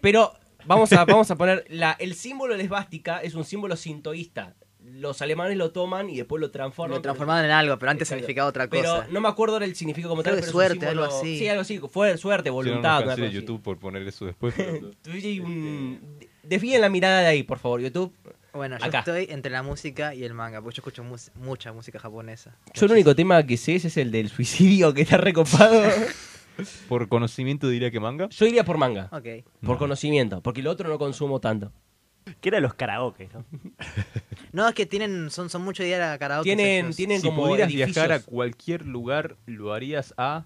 Speaker 3: Pero vamos a, vamos a poner. La, el símbolo de la esvástica es un símbolo sintoísta. Los alemanes lo toman y después lo transforman.
Speaker 4: Lo transformaron en algo, pero antes significaba otra
Speaker 3: Pero
Speaker 4: cosa.
Speaker 3: no me acuerdo ahora el significado como
Speaker 4: Creo
Speaker 3: tal.
Speaker 4: que
Speaker 3: pero es un
Speaker 4: suerte, algo
Speaker 3: símbolo-
Speaker 4: así.
Speaker 3: Sí, algo así. Fue suerte, voluntad.
Speaker 5: Hicieron
Speaker 3: una
Speaker 5: una canción
Speaker 3: cosa
Speaker 5: de
Speaker 3: así.
Speaker 5: YouTube por poner eso después. pero-
Speaker 3: Tuve un-
Speaker 4: Este,
Speaker 3: Desvíen la mirada de ahí, por favor, YouTube.
Speaker 4: Bueno, yo
Speaker 3: Acá.
Speaker 4: estoy entre la música y el manga, porque yo escucho mus- mucha música japonesa.
Speaker 3: Yo el único tema que sé es el del suicidio, que está recopado.
Speaker 5: por conocimiento diría que manga.
Speaker 3: Yo iría por manga,
Speaker 4: Ok.
Speaker 3: por conocimiento, porque el otro no consumo tanto.
Speaker 6: Que eran los karaoke, ¿no?
Speaker 4: No, es que tienen, son, son mucho días a karaoke.
Speaker 3: Tienen-
Speaker 4: esos.
Speaker 3: tienen
Speaker 5: Si
Speaker 3: como
Speaker 5: pudieras
Speaker 3: edificios.
Speaker 5: viajar a cualquier lugar, ¿lo harías a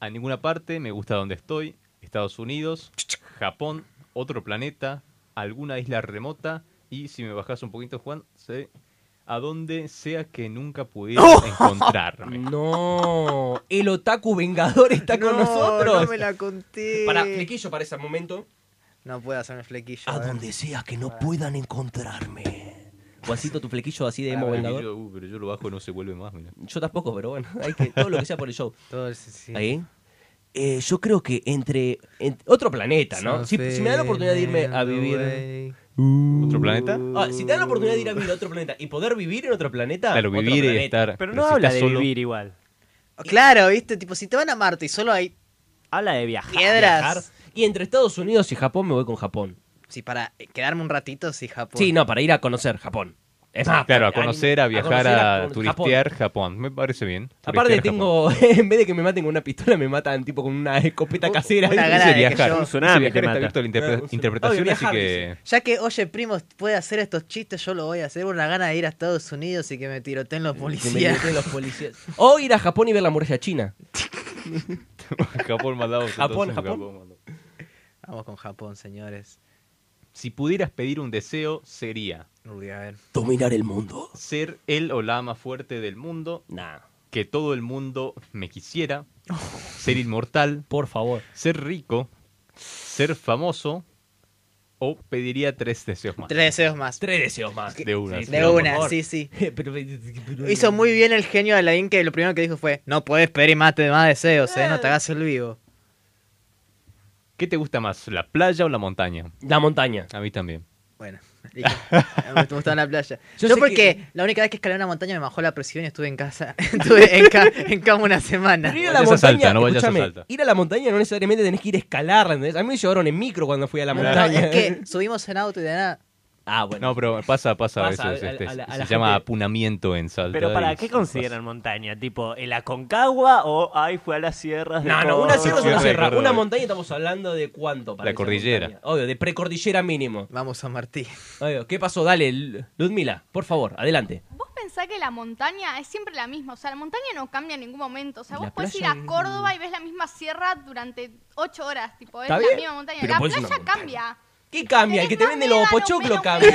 Speaker 5: a ninguna parte? Me gusta donde estoy. Estados Unidos, Japón, otro planeta, alguna isla remota y si me bajas un poquito, Juan, sé a donde sea que nunca pudieras encontrarme.
Speaker 3: Mm, No, el otaku vengador está con
Speaker 4: No,
Speaker 3: nosotros.
Speaker 4: No me la conté.
Speaker 3: Para flequillo para ese momento.
Speaker 4: No puedo hacerme flequillo. eh.
Speaker 3: A
Speaker 4: ver.
Speaker 3: donde sea que no puedan encontrarme. Juancito, tu flequillo así de emo
Speaker 5: Porque
Speaker 3: vengador.
Speaker 5: yo, uh, pero yo lo bajo no se vuelve más, mirá.
Speaker 3: Yo tampoco, pero bueno, hay que todo lo que sea por el show.
Speaker 4: Todo ese- sí.
Speaker 3: Ahí. Eh, yo creo que entre, ent- otro planeta, ¿no? Si, si me dan la oportunidad de irme a vivir.
Speaker 5: ¿Otro planeta?
Speaker 3: Ah, si te dan la oportunidad de ir a vivir a otro planeta y poder vivir en otro planeta.
Speaker 5: Claro,
Speaker 3: otro
Speaker 5: vivir y
Speaker 3: planeta.
Speaker 5: estar.
Speaker 6: Pero no
Speaker 5: si
Speaker 6: habla
Speaker 5: estás
Speaker 6: de
Speaker 5: solo-
Speaker 6: vivir igual.
Speaker 4: Claro, viste, tipo, si te van a Marte y solo hay
Speaker 6: Habla de viajar.
Speaker 3: Viajar.
Speaker 4: piedras.
Speaker 3: Y entre Estados Unidos y Japón me voy con Japón.
Speaker 4: Si para quedarme un ratito, pues, si Japón.
Speaker 3: Sí, no, para ir a conocer Japón. Es más,
Speaker 5: Claro, a
Speaker 3: para-
Speaker 5: conocer, a viajar,
Speaker 3: conocer,
Speaker 5: a,
Speaker 3: con-
Speaker 5: turistear
Speaker 3: Japón.
Speaker 5: Japón. Me parece bien.
Speaker 3: Aparte
Speaker 5: Turistear Japón.
Speaker 3: tengo, en vez de que me maten con una pistola, me matan tipo con una escopeta casera.
Speaker 4: una gana
Speaker 5: Dice
Speaker 4: de que
Speaker 5: viajar.
Speaker 4: yo-
Speaker 5: Dice
Speaker 6: Un tsunami
Speaker 5: viajar
Speaker 6: te
Speaker 5: está
Speaker 6: mata.
Speaker 5: abierto a la interpre-
Speaker 3: Ah, un tsunami.
Speaker 5: interpretación,
Speaker 3: Obvio,
Speaker 5: así
Speaker 3: viajar,
Speaker 5: que.
Speaker 4: Ya que, oye, primo, puede hacer estos chistes, yo lo voy a hacer. Una gana de ir a Estados Unidos y que me tiroteen los
Speaker 3: Que me
Speaker 4: policías.
Speaker 3: meten los policías. O ir a Japón y ver la muralla china.
Speaker 5: Japón mandado.
Speaker 3: Japón,
Speaker 5: entonces,
Speaker 3: Japón.
Speaker 5: mandado.
Speaker 4: Vamos con Japón, señores.
Speaker 5: Si pudieras pedir un deseo, sería
Speaker 4: Uy, a ver.
Speaker 3: Dominar el mundo.
Speaker 5: ser el o la más fuerte del mundo,
Speaker 3: Nah.
Speaker 5: que todo el mundo me quisiera, ser inmortal,
Speaker 3: Por favor.
Speaker 5: ser rico, ser famoso, o pediría tres deseos más.
Speaker 4: Tres deseos más.
Speaker 3: Tres deseos más.
Speaker 5: De una.
Speaker 3: Sí,
Speaker 5: sí,
Speaker 4: De
Speaker 5: por
Speaker 4: una,
Speaker 5: favor.
Speaker 4: sí, sí.
Speaker 3: Pero- pero-
Speaker 4: Hizo muy bien el genio de Alain que lo primero que dijo fue: No puedes pedir más, de- más deseos, eh. No te hagas el vivo.
Speaker 5: ¿Qué te gusta más, la playa o la montaña?
Speaker 3: La montaña.
Speaker 5: A mí también.
Speaker 4: Bueno, listo. me gustaba la playa.
Speaker 3: Yo
Speaker 4: Yo,
Speaker 3: sé
Speaker 4: porque
Speaker 3: que-
Speaker 4: la única vez que escalé una montaña me bajó la presión y estuve en casa. estuve en, ca- en cama una semana.
Speaker 3: Pero ir a la
Speaker 5: Vayas a
Speaker 3: montaña,
Speaker 5: Salta, no vayas a
Speaker 3: escúchame,
Speaker 5: Salta.
Speaker 3: ir a la montaña no necesariamente tenés que ir a escalarla, ¿entendés? A mí me llevaron en micro cuando fui a la
Speaker 4: No, no,
Speaker 3: montaña.
Speaker 4: es que subimos en auto y de nada.
Speaker 3: Ah, bueno.
Speaker 5: No, pero pasa, pasa,
Speaker 3: Pasa,
Speaker 5: a veces.
Speaker 3: a- a-
Speaker 5: este,
Speaker 3: a la- a
Speaker 5: se
Speaker 3: la
Speaker 5: llama
Speaker 3: gente-
Speaker 5: apunamiento en Salta.
Speaker 6: Pero para
Speaker 5: y
Speaker 6: qué
Speaker 5: sí, pasa.
Speaker 6: consideran montaña, tipo el Aconcagua o ay fue a las sierras de
Speaker 3: No, no,
Speaker 6: Córdoba?
Speaker 3: una sierra es una
Speaker 5: Cierre de
Speaker 3: sierra. Una
Speaker 5: Córdoba.
Speaker 3: montaña estamos hablando de cuánto para
Speaker 5: La
Speaker 3: esa
Speaker 5: cordillera.
Speaker 3: montaña. Obvio, de precordillera mínimo.
Speaker 4: Vamos a Martí.
Speaker 3: Obvio, ¿Qué pasó? Dale, L- Ludmila, por favor, adelante.
Speaker 13: ¿Vos pensás pensás que la montaña es siempre la misma. O sea, la montaña no cambia en ningún momento. O sea,
Speaker 3: Y la
Speaker 13: vos podés ir
Speaker 3: playa
Speaker 13: a Córdoba y ves la misma sierra durante ocho horas. Tipo, es
Speaker 3: Está
Speaker 13: la
Speaker 3: bien,
Speaker 13: misma montaña.
Speaker 3: pero
Speaker 13: la
Speaker 3: podés
Speaker 13: playa
Speaker 3: ir a una
Speaker 13: cambia.
Speaker 3: ¿Qué cambia? El que te vende los pochoclos cambia.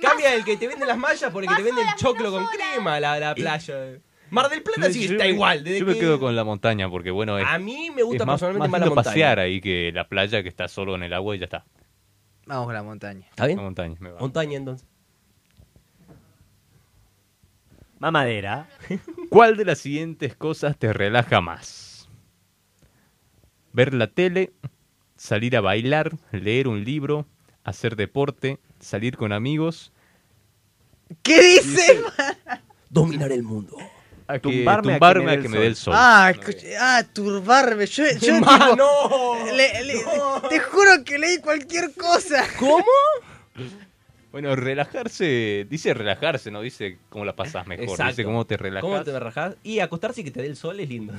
Speaker 3: Cambia el que te vende las mallas por el que te vende el choclo con crema la, la playa. Mar del Plata sí
Speaker 5: Yo-
Speaker 3: está igual. desde
Speaker 5: Yo me
Speaker 3: que-
Speaker 5: quedo con la montaña porque, bueno, es,
Speaker 3: A mí me gusta
Speaker 5: es más,
Speaker 3: personalmente
Speaker 5: más
Speaker 3: más la
Speaker 5: lindo
Speaker 3: montaña.
Speaker 5: pasear ahí que la playa que está solo en el agua y ya está.
Speaker 4: Vamos con la montaña.
Speaker 3: ¿Está bien?
Speaker 5: La montaña, me va.
Speaker 3: Montaña entonces.
Speaker 6: Mamadera.
Speaker 5: ¿Cuál de las siguientes cosas te relaja más? Ver la tele, salir a bailar, leer un libro, hacer deporte, salir con amigos.
Speaker 4: ¿Qué dice?
Speaker 3: Dominar el mundo.
Speaker 5: A que-
Speaker 4: Tumbarme a que me
Speaker 5: tumbarme, a
Speaker 4: dé
Speaker 5: que
Speaker 4: el
Speaker 5: me dé el
Speaker 4: sol.
Speaker 5: sol.
Speaker 4: Ah, escuché- ah, turbarme. Yo, yo
Speaker 3: Mano.
Speaker 4: tipo, le- le- Te juro que leí cualquier cosa.
Speaker 3: ¿Cómo?
Speaker 5: Bueno, relajarse, dice relajarse, no dice cómo la pasás mejor, dice cómo te relajas.
Speaker 3: ¿Cómo te relajas? Y acostarse y que te dé el sol es lindo.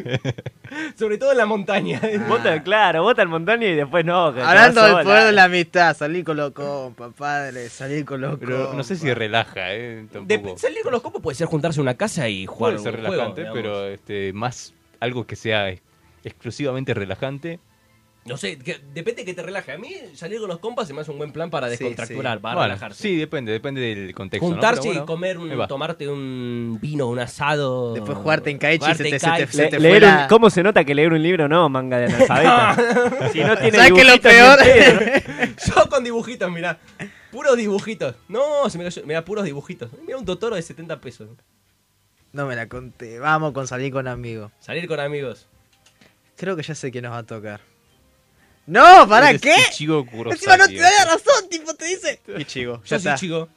Speaker 3: Sobre todo en la montaña.
Speaker 5: Ah,
Speaker 6: Vota, claro, vota al montaña y después no. que te
Speaker 4: Hablando
Speaker 6: vas
Speaker 4: del
Speaker 6: sola.
Speaker 4: poder de la amistad, salir con los compas, padre, salir con los
Speaker 5: Pero no
Speaker 4: compas.
Speaker 5: sé si relaja, eh, tampoco.
Speaker 3: salir con los copos puede ser juntarse en una casa y jugar
Speaker 5: Puede ser
Speaker 3: un juego,
Speaker 5: relajante,
Speaker 3: digamos.
Speaker 5: pero este, más algo que sea ex- exclusivamente relajante.
Speaker 3: No sé, que- depende que te relaje. A mí salir con los compas se me hace un buen plan para descontracturar, para
Speaker 5: Bueno,
Speaker 3: relajarse.
Speaker 5: Sí, depende, depende del contexto. ¿no?
Speaker 3: Juntarse
Speaker 5: Pero
Speaker 3: y
Speaker 5: bueno,
Speaker 3: comer,
Speaker 5: ahí
Speaker 3: un,
Speaker 5: va.
Speaker 3: tomarte un vino, un asado.
Speaker 4: Después jugarte en caichi y
Speaker 3: jugarte
Speaker 4: se te-
Speaker 3: en
Speaker 4: se te-
Speaker 3: caichi.
Speaker 4: se
Speaker 6: Le- leer un- ¿Cómo se nota que leer un libro no, manga de analfabeta? si no tiene
Speaker 3: ¿Sabes qué es lo
Speaker 6: dibujitos ni
Speaker 3: peor?
Speaker 6: un pedo,
Speaker 3: Yo con dibujitos, mirá. Puros dibujitos. No, se me cayó. Mirá, puros dibujitos. Mirá un Totoro de 70 pesos.
Speaker 4: No me la conté. Vamos con salir con amigos.
Speaker 3: Salir con amigos.
Speaker 4: Creo que ya sé que nos va a tocar. ¡No! ¿Para
Speaker 3: Eres
Speaker 4: qué?
Speaker 3: Ichigo
Speaker 5: Kurosaki,
Speaker 4: Encima no te da
Speaker 5: o sea.
Speaker 4: razón, tipo, te dice. Ichigo.
Speaker 3: Yo soy
Speaker 4: está.
Speaker 3: chico.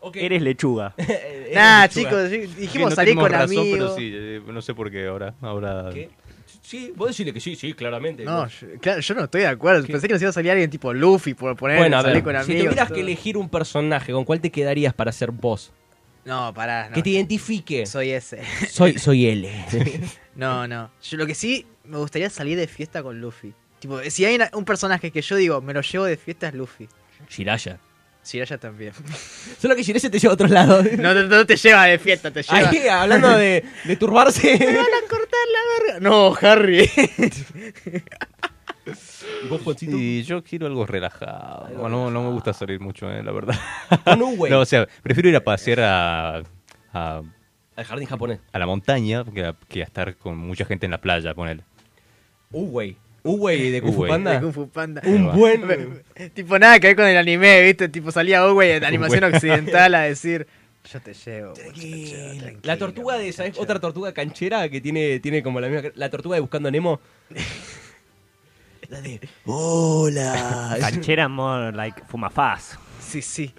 Speaker 3: Ok.
Speaker 6: ¿no? Eres lechuga.
Speaker 4: Nah,
Speaker 3: Eres lechuga.
Speaker 4: chicos, di- dijimos salir
Speaker 5: tenemos
Speaker 4: con amigos.
Speaker 5: Pero sí, eh, no sé por qué ahora. ahora...
Speaker 3: ¿Qué? Sí, vos decirle que sí, sí, claramente.
Speaker 4: No, yo, claro, yo no estoy de acuerdo. Pensé que nos iba a salir alguien tipo Luffy por poner
Speaker 3: bueno, a
Speaker 4: salir
Speaker 3: ver,
Speaker 4: con amigos.
Speaker 3: si tuvieras
Speaker 4: todo.
Speaker 3: que elegir un personaje, ¿con cuál te quedarías para ser vos?
Speaker 4: No, pará. no.
Speaker 3: Que te identifique.
Speaker 4: Soy ese.
Speaker 3: Soy, soy L.
Speaker 4: No, no. Yo lo que sí me gustaría salir de fiesta con Luffy. Tipo, si hay una- un personaje que yo digo, me lo llevo de fiesta es Luffy.
Speaker 3: Jiraya.
Speaker 4: Jiraiya también.
Speaker 3: Solo que Jiraya te lleva a otros lados.
Speaker 4: No, no, no te lleva de fiesta, te lleva.
Speaker 3: Ahí, hablando de, de turbarse.
Speaker 4: Me van a cortar la verga. No, Harry.
Speaker 5: Y yo quiero algo relajado. Bueno, no- No, me gusta salir mucho, eh, la verdad.
Speaker 3: Con un güey.
Speaker 5: No, o sea, prefiero ir a pasear a, a,
Speaker 3: Al jardín japonés.
Speaker 5: a la montaña que a, que a estar con mucha gente en la playa, ponele.
Speaker 3: Uwey. Uwey de Kung Fu
Speaker 5: Uwey.
Speaker 3: Panda.
Speaker 4: De Kung Fu Panda.
Speaker 3: Un buen.
Speaker 4: tipo, nada que ver con el anime, ¿viste? Tipo, salía Uwe de animación
Speaker 3: Uwe.
Speaker 4: occidental a decir, yo te llevo. muchacho, tranquilo".
Speaker 3: La tortuga de, ¿sabes? Otra tortuga canchera que tiene, tiene como la misma. La tortuga de Buscando a Nemo. La de. ¡Hola!
Speaker 6: Canchera more like fumafaz.
Speaker 4: Sí, sí.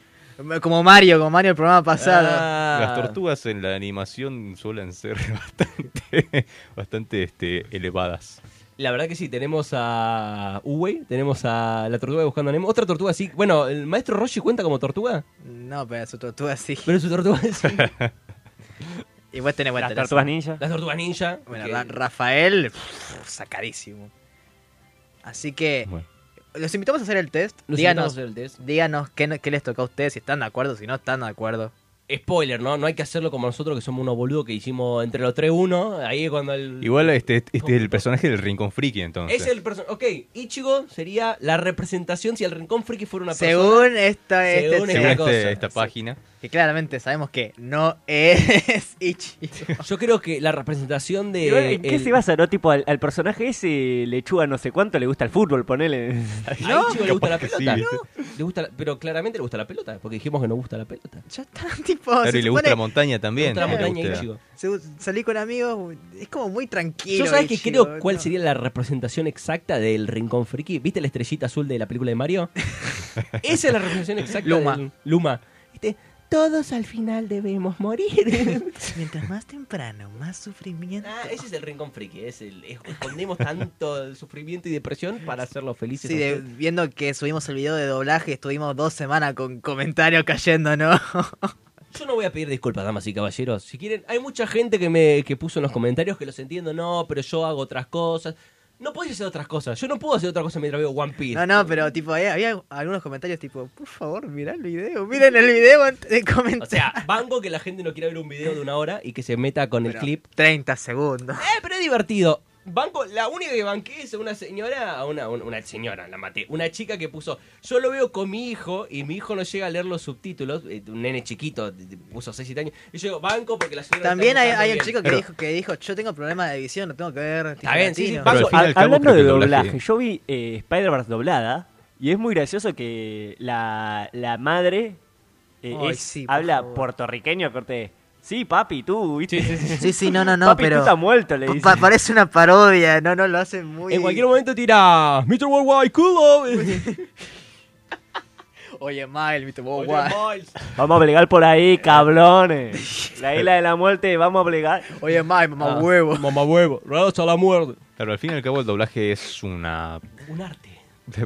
Speaker 4: Como Mario, como Mario el programa pasado.
Speaker 3: Ah.
Speaker 5: Las tortugas en la animación suelen ser bastante, bastante este, elevadas.
Speaker 3: La verdad que sí, tenemos a Uwey, tenemos a la tortuga de buscando a Nemo. Otra tortuga sí. Bueno, ¿el maestro Roshi cuenta como tortuga?
Speaker 4: No, pero su tortuga sí.
Speaker 3: Pero su tortuga es.
Speaker 4: Y vos tenés
Speaker 6: Las
Speaker 4: vuelta.
Speaker 6: tortugas ninja.
Speaker 3: Las tortugas ninja.
Speaker 4: Bueno,
Speaker 3: que-
Speaker 4: Ra- Rafael, pff, sacadísimo. Así que
Speaker 5: Bueno.
Speaker 4: los invitamos a hacer el test.
Speaker 3: Los invitamos a
Speaker 4: díganos
Speaker 3: hacer el test.
Speaker 4: díganos qué, no- qué les toca a ustedes, si están de acuerdo, si no están de acuerdo.
Speaker 3: Spoiler, ¿no? No hay que hacerlo como nosotros que somos unos boludos que hicimos entre los tres uno. Ahí es cuando el.
Speaker 5: Igual este, este es el personaje del Rincón Friki, entonces.
Speaker 3: Es el personaje. Ok, Ichigo sería la representación si el Rincón Friki fuera una persona.
Speaker 4: Según esta, este
Speaker 3: Según
Speaker 5: Según
Speaker 3: esta
Speaker 4: test,
Speaker 3: cosa.
Speaker 5: este- esta página.
Speaker 4: que claramente sabemos que no es Ichigo.
Speaker 3: Yo creo que la representación de.
Speaker 6: Igual, ¿En qué
Speaker 3: el-
Speaker 6: se basa, no? Tipo, al, al personaje ese lechuga no sé cuánto le gusta el fútbol, ponele.
Speaker 3: A Ichigo le gusta la
Speaker 5: capaz que
Speaker 3: pelota.
Speaker 5: sí,
Speaker 3: Le gusta la- Pero claramente le gusta la pelota, porque dijimos que no gusta la pelota.
Speaker 4: Ya está, tipo.
Speaker 5: Claro,
Speaker 4: se
Speaker 5: y le
Speaker 4: supone-
Speaker 5: gusta la montaña también.
Speaker 3: Otra
Speaker 5: eh, le
Speaker 3: montaña
Speaker 5: gusta-
Speaker 3: Ichigo.
Speaker 4: se- Salí con amigos, es como muy tranquilo.
Speaker 3: Yo sabes que
Speaker 4: Ichigo,
Speaker 3: creo cuál
Speaker 4: ¿no?
Speaker 3: sería la representación exacta del Rincón Friki. ¿Viste la estrellita azul de la película de Mario? Esa es la representación exacta.
Speaker 4: Luma.
Speaker 3: del- Luma. Este, Todos al final debemos morir.
Speaker 4: Mientras más temprano, más sufrimiento.
Speaker 3: Ah, ese es el Rincón Friki. Es el, es- escondemos tanto el sufrimiento y depresión para hacerlos felices.
Speaker 4: Sí,
Speaker 3: a
Speaker 4: de-
Speaker 3: ustedes.
Speaker 4: viendo que subimos el video de doblaje, estuvimos dos semanas con comentarios cayendo, ¿no?
Speaker 3: Yo no voy a pedir disculpas, damas y caballeros. Si quieren, hay mucha gente que me que puso en los comentarios que los entiendo, no, pero yo hago otras cosas. No podés hacer otras cosas. Yo no puedo hacer otra cosa mientras veo One Piece.
Speaker 4: No, no, pero tipo, ahí había algunos comentarios tipo, por favor, mirá el video, miren el video antes de
Speaker 3: O
Speaker 4: comentar.
Speaker 3: sea, banco que la gente no quiera ver un video de una hora y que se meta con el
Speaker 4: Pero
Speaker 3: clip.
Speaker 4: 30 segundos.
Speaker 3: Eh, pero es divertido. Banco, la única que banqué es a una señora, a una, una- una señora, la maté, una chica que puso, yo lo veo con mi hijo y mi hijo no llega a leer los subtítulos, eh, un nene chiquito, de- de- puso 6, 7 años, y yo digo, banco porque la señora... lo
Speaker 4: También
Speaker 3: está
Speaker 4: hay,
Speaker 3: buscando
Speaker 4: hay un
Speaker 3: bien.
Speaker 4: chico que
Speaker 3: Pero-
Speaker 4: dijo, que dijo, yo tengo problemas de visión, no tengo que ver. tipo,
Speaker 3: bien, sí, sí,
Speaker 4: latino".
Speaker 3: paso-
Speaker 6: Ha- hablando de
Speaker 3: creo que el
Speaker 6: doblaje,
Speaker 3: doblaje-
Speaker 6: yo vi eh, Spider-Verse doblada y es muy gracioso que la, la madre eh,
Speaker 4: Ay,
Speaker 6: es-
Speaker 4: sí, por
Speaker 6: habla puertorriqueño, corte. Sí, papi, tú, ¿viste? Sí, sí,
Speaker 4: Sí, sí, no, no, no,
Speaker 6: papi,
Speaker 4: pero-
Speaker 6: tú estás muerto, le
Speaker 4: Pa-
Speaker 6: dice.
Speaker 4: parece una parodia, no, no, lo hacen muy...
Speaker 3: En cualquier momento tira, Mr. Worldwide, culo.
Speaker 4: Oye, Miles, viste, vos,
Speaker 3: Oye,
Speaker 4: guay.
Speaker 3: Miles.
Speaker 6: Vamos a plegar por ahí, cabrones. La isla de la muerte, vamos a plegar.
Speaker 4: Oye, Mike,
Speaker 6: mamá
Speaker 4: huevo.
Speaker 3: Ah, Mamá huevo. Raros a la muerte.
Speaker 5: Claro, al fin y al cabo el doblaje es una...
Speaker 3: Un arte.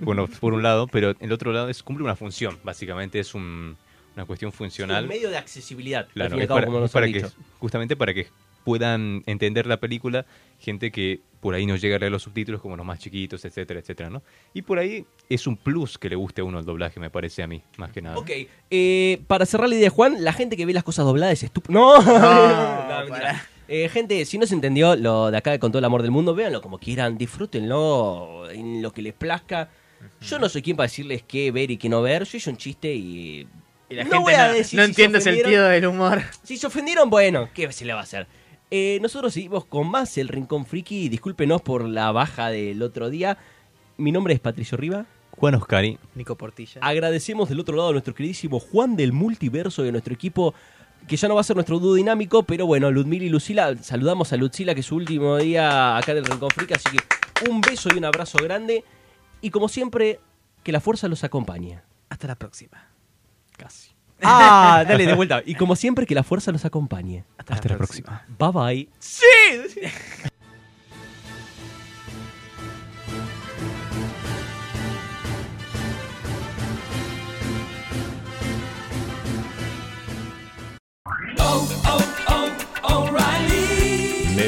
Speaker 5: Bueno, por un lado, pero el otro lado es cumple una función, básicamente es un- una cuestión funcional.
Speaker 3: Un medio de accesibilidad. al
Speaker 5: Claro,
Speaker 3: fin y al
Speaker 5: es
Speaker 3: cabo,
Speaker 5: para,
Speaker 3: como nos
Speaker 5: es para
Speaker 3: han
Speaker 5: que,
Speaker 3: dicho.
Speaker 5: justamente para que puedan entender la película gente que por ahí no llega a leer los subtítulos como los más chiquitos, etcétera, etcétera, ¿no? Y por ahí es un plus que le guste a uno el doblaje, me parece a mí, más
Speaker 4: Ah.
Speaker 5: que nada.
Speaker 3: Ok, eh, para cerrar la idea de Juan, la gente que ve las cosas dobladas es estúpida. No, No, mentira. Eh, gente, si no se entendió lo de acá con todo el amor del mundo, véanlo como quieran, disfrútenlo en lo que les plazca. Yo no soy quien para decirles qué ver y qué no ver. Yo hice un chiste y.
Speaker 4: Y la
Speaker 3: No
Speaker 4: gente
Speaker 3: voy a
Speaker 4: no,
Speaker 3: decir
Speaker 4: no
Speaker 3: si se
Speaker 4: entiende el
Speaker 3: ofendieron.
Speaker 4: sentido del humor.
Speaker 3: Si se ofendieron, bueno, ¿qué se le va a hacer? Eh, nosotros seguimos con más el Rincón Friki. Discúlpenos por la baja del otro día. Mi nombre es Patricio Riva.
Speaker 5: Juan Oscari.
Speaker 4: Nico Portilla.
Speaker 3: Agradecemos del otro lado a nuestro queridísimo Juan del Multiverso de nuestro equipo, que ya no va a ser nuestro dúo dinámico, pero bueno, Ludmila y Lucila, saludamos a Lucila, que es su último día acá en el Rincón Frica, así que un beso y un abrazo grande. Y como siempre, que la fuerza los acompañe.
Speaker 4: Hasta la próxima.
Speaker 3: Casi. Ah, dale, de vuelta. Y como siempre, que la fuerza los acompañe.
Speaker 4: Hasta,
Speaker 5: la próxima.
Speaker 3: Bye bye. ¡Sí!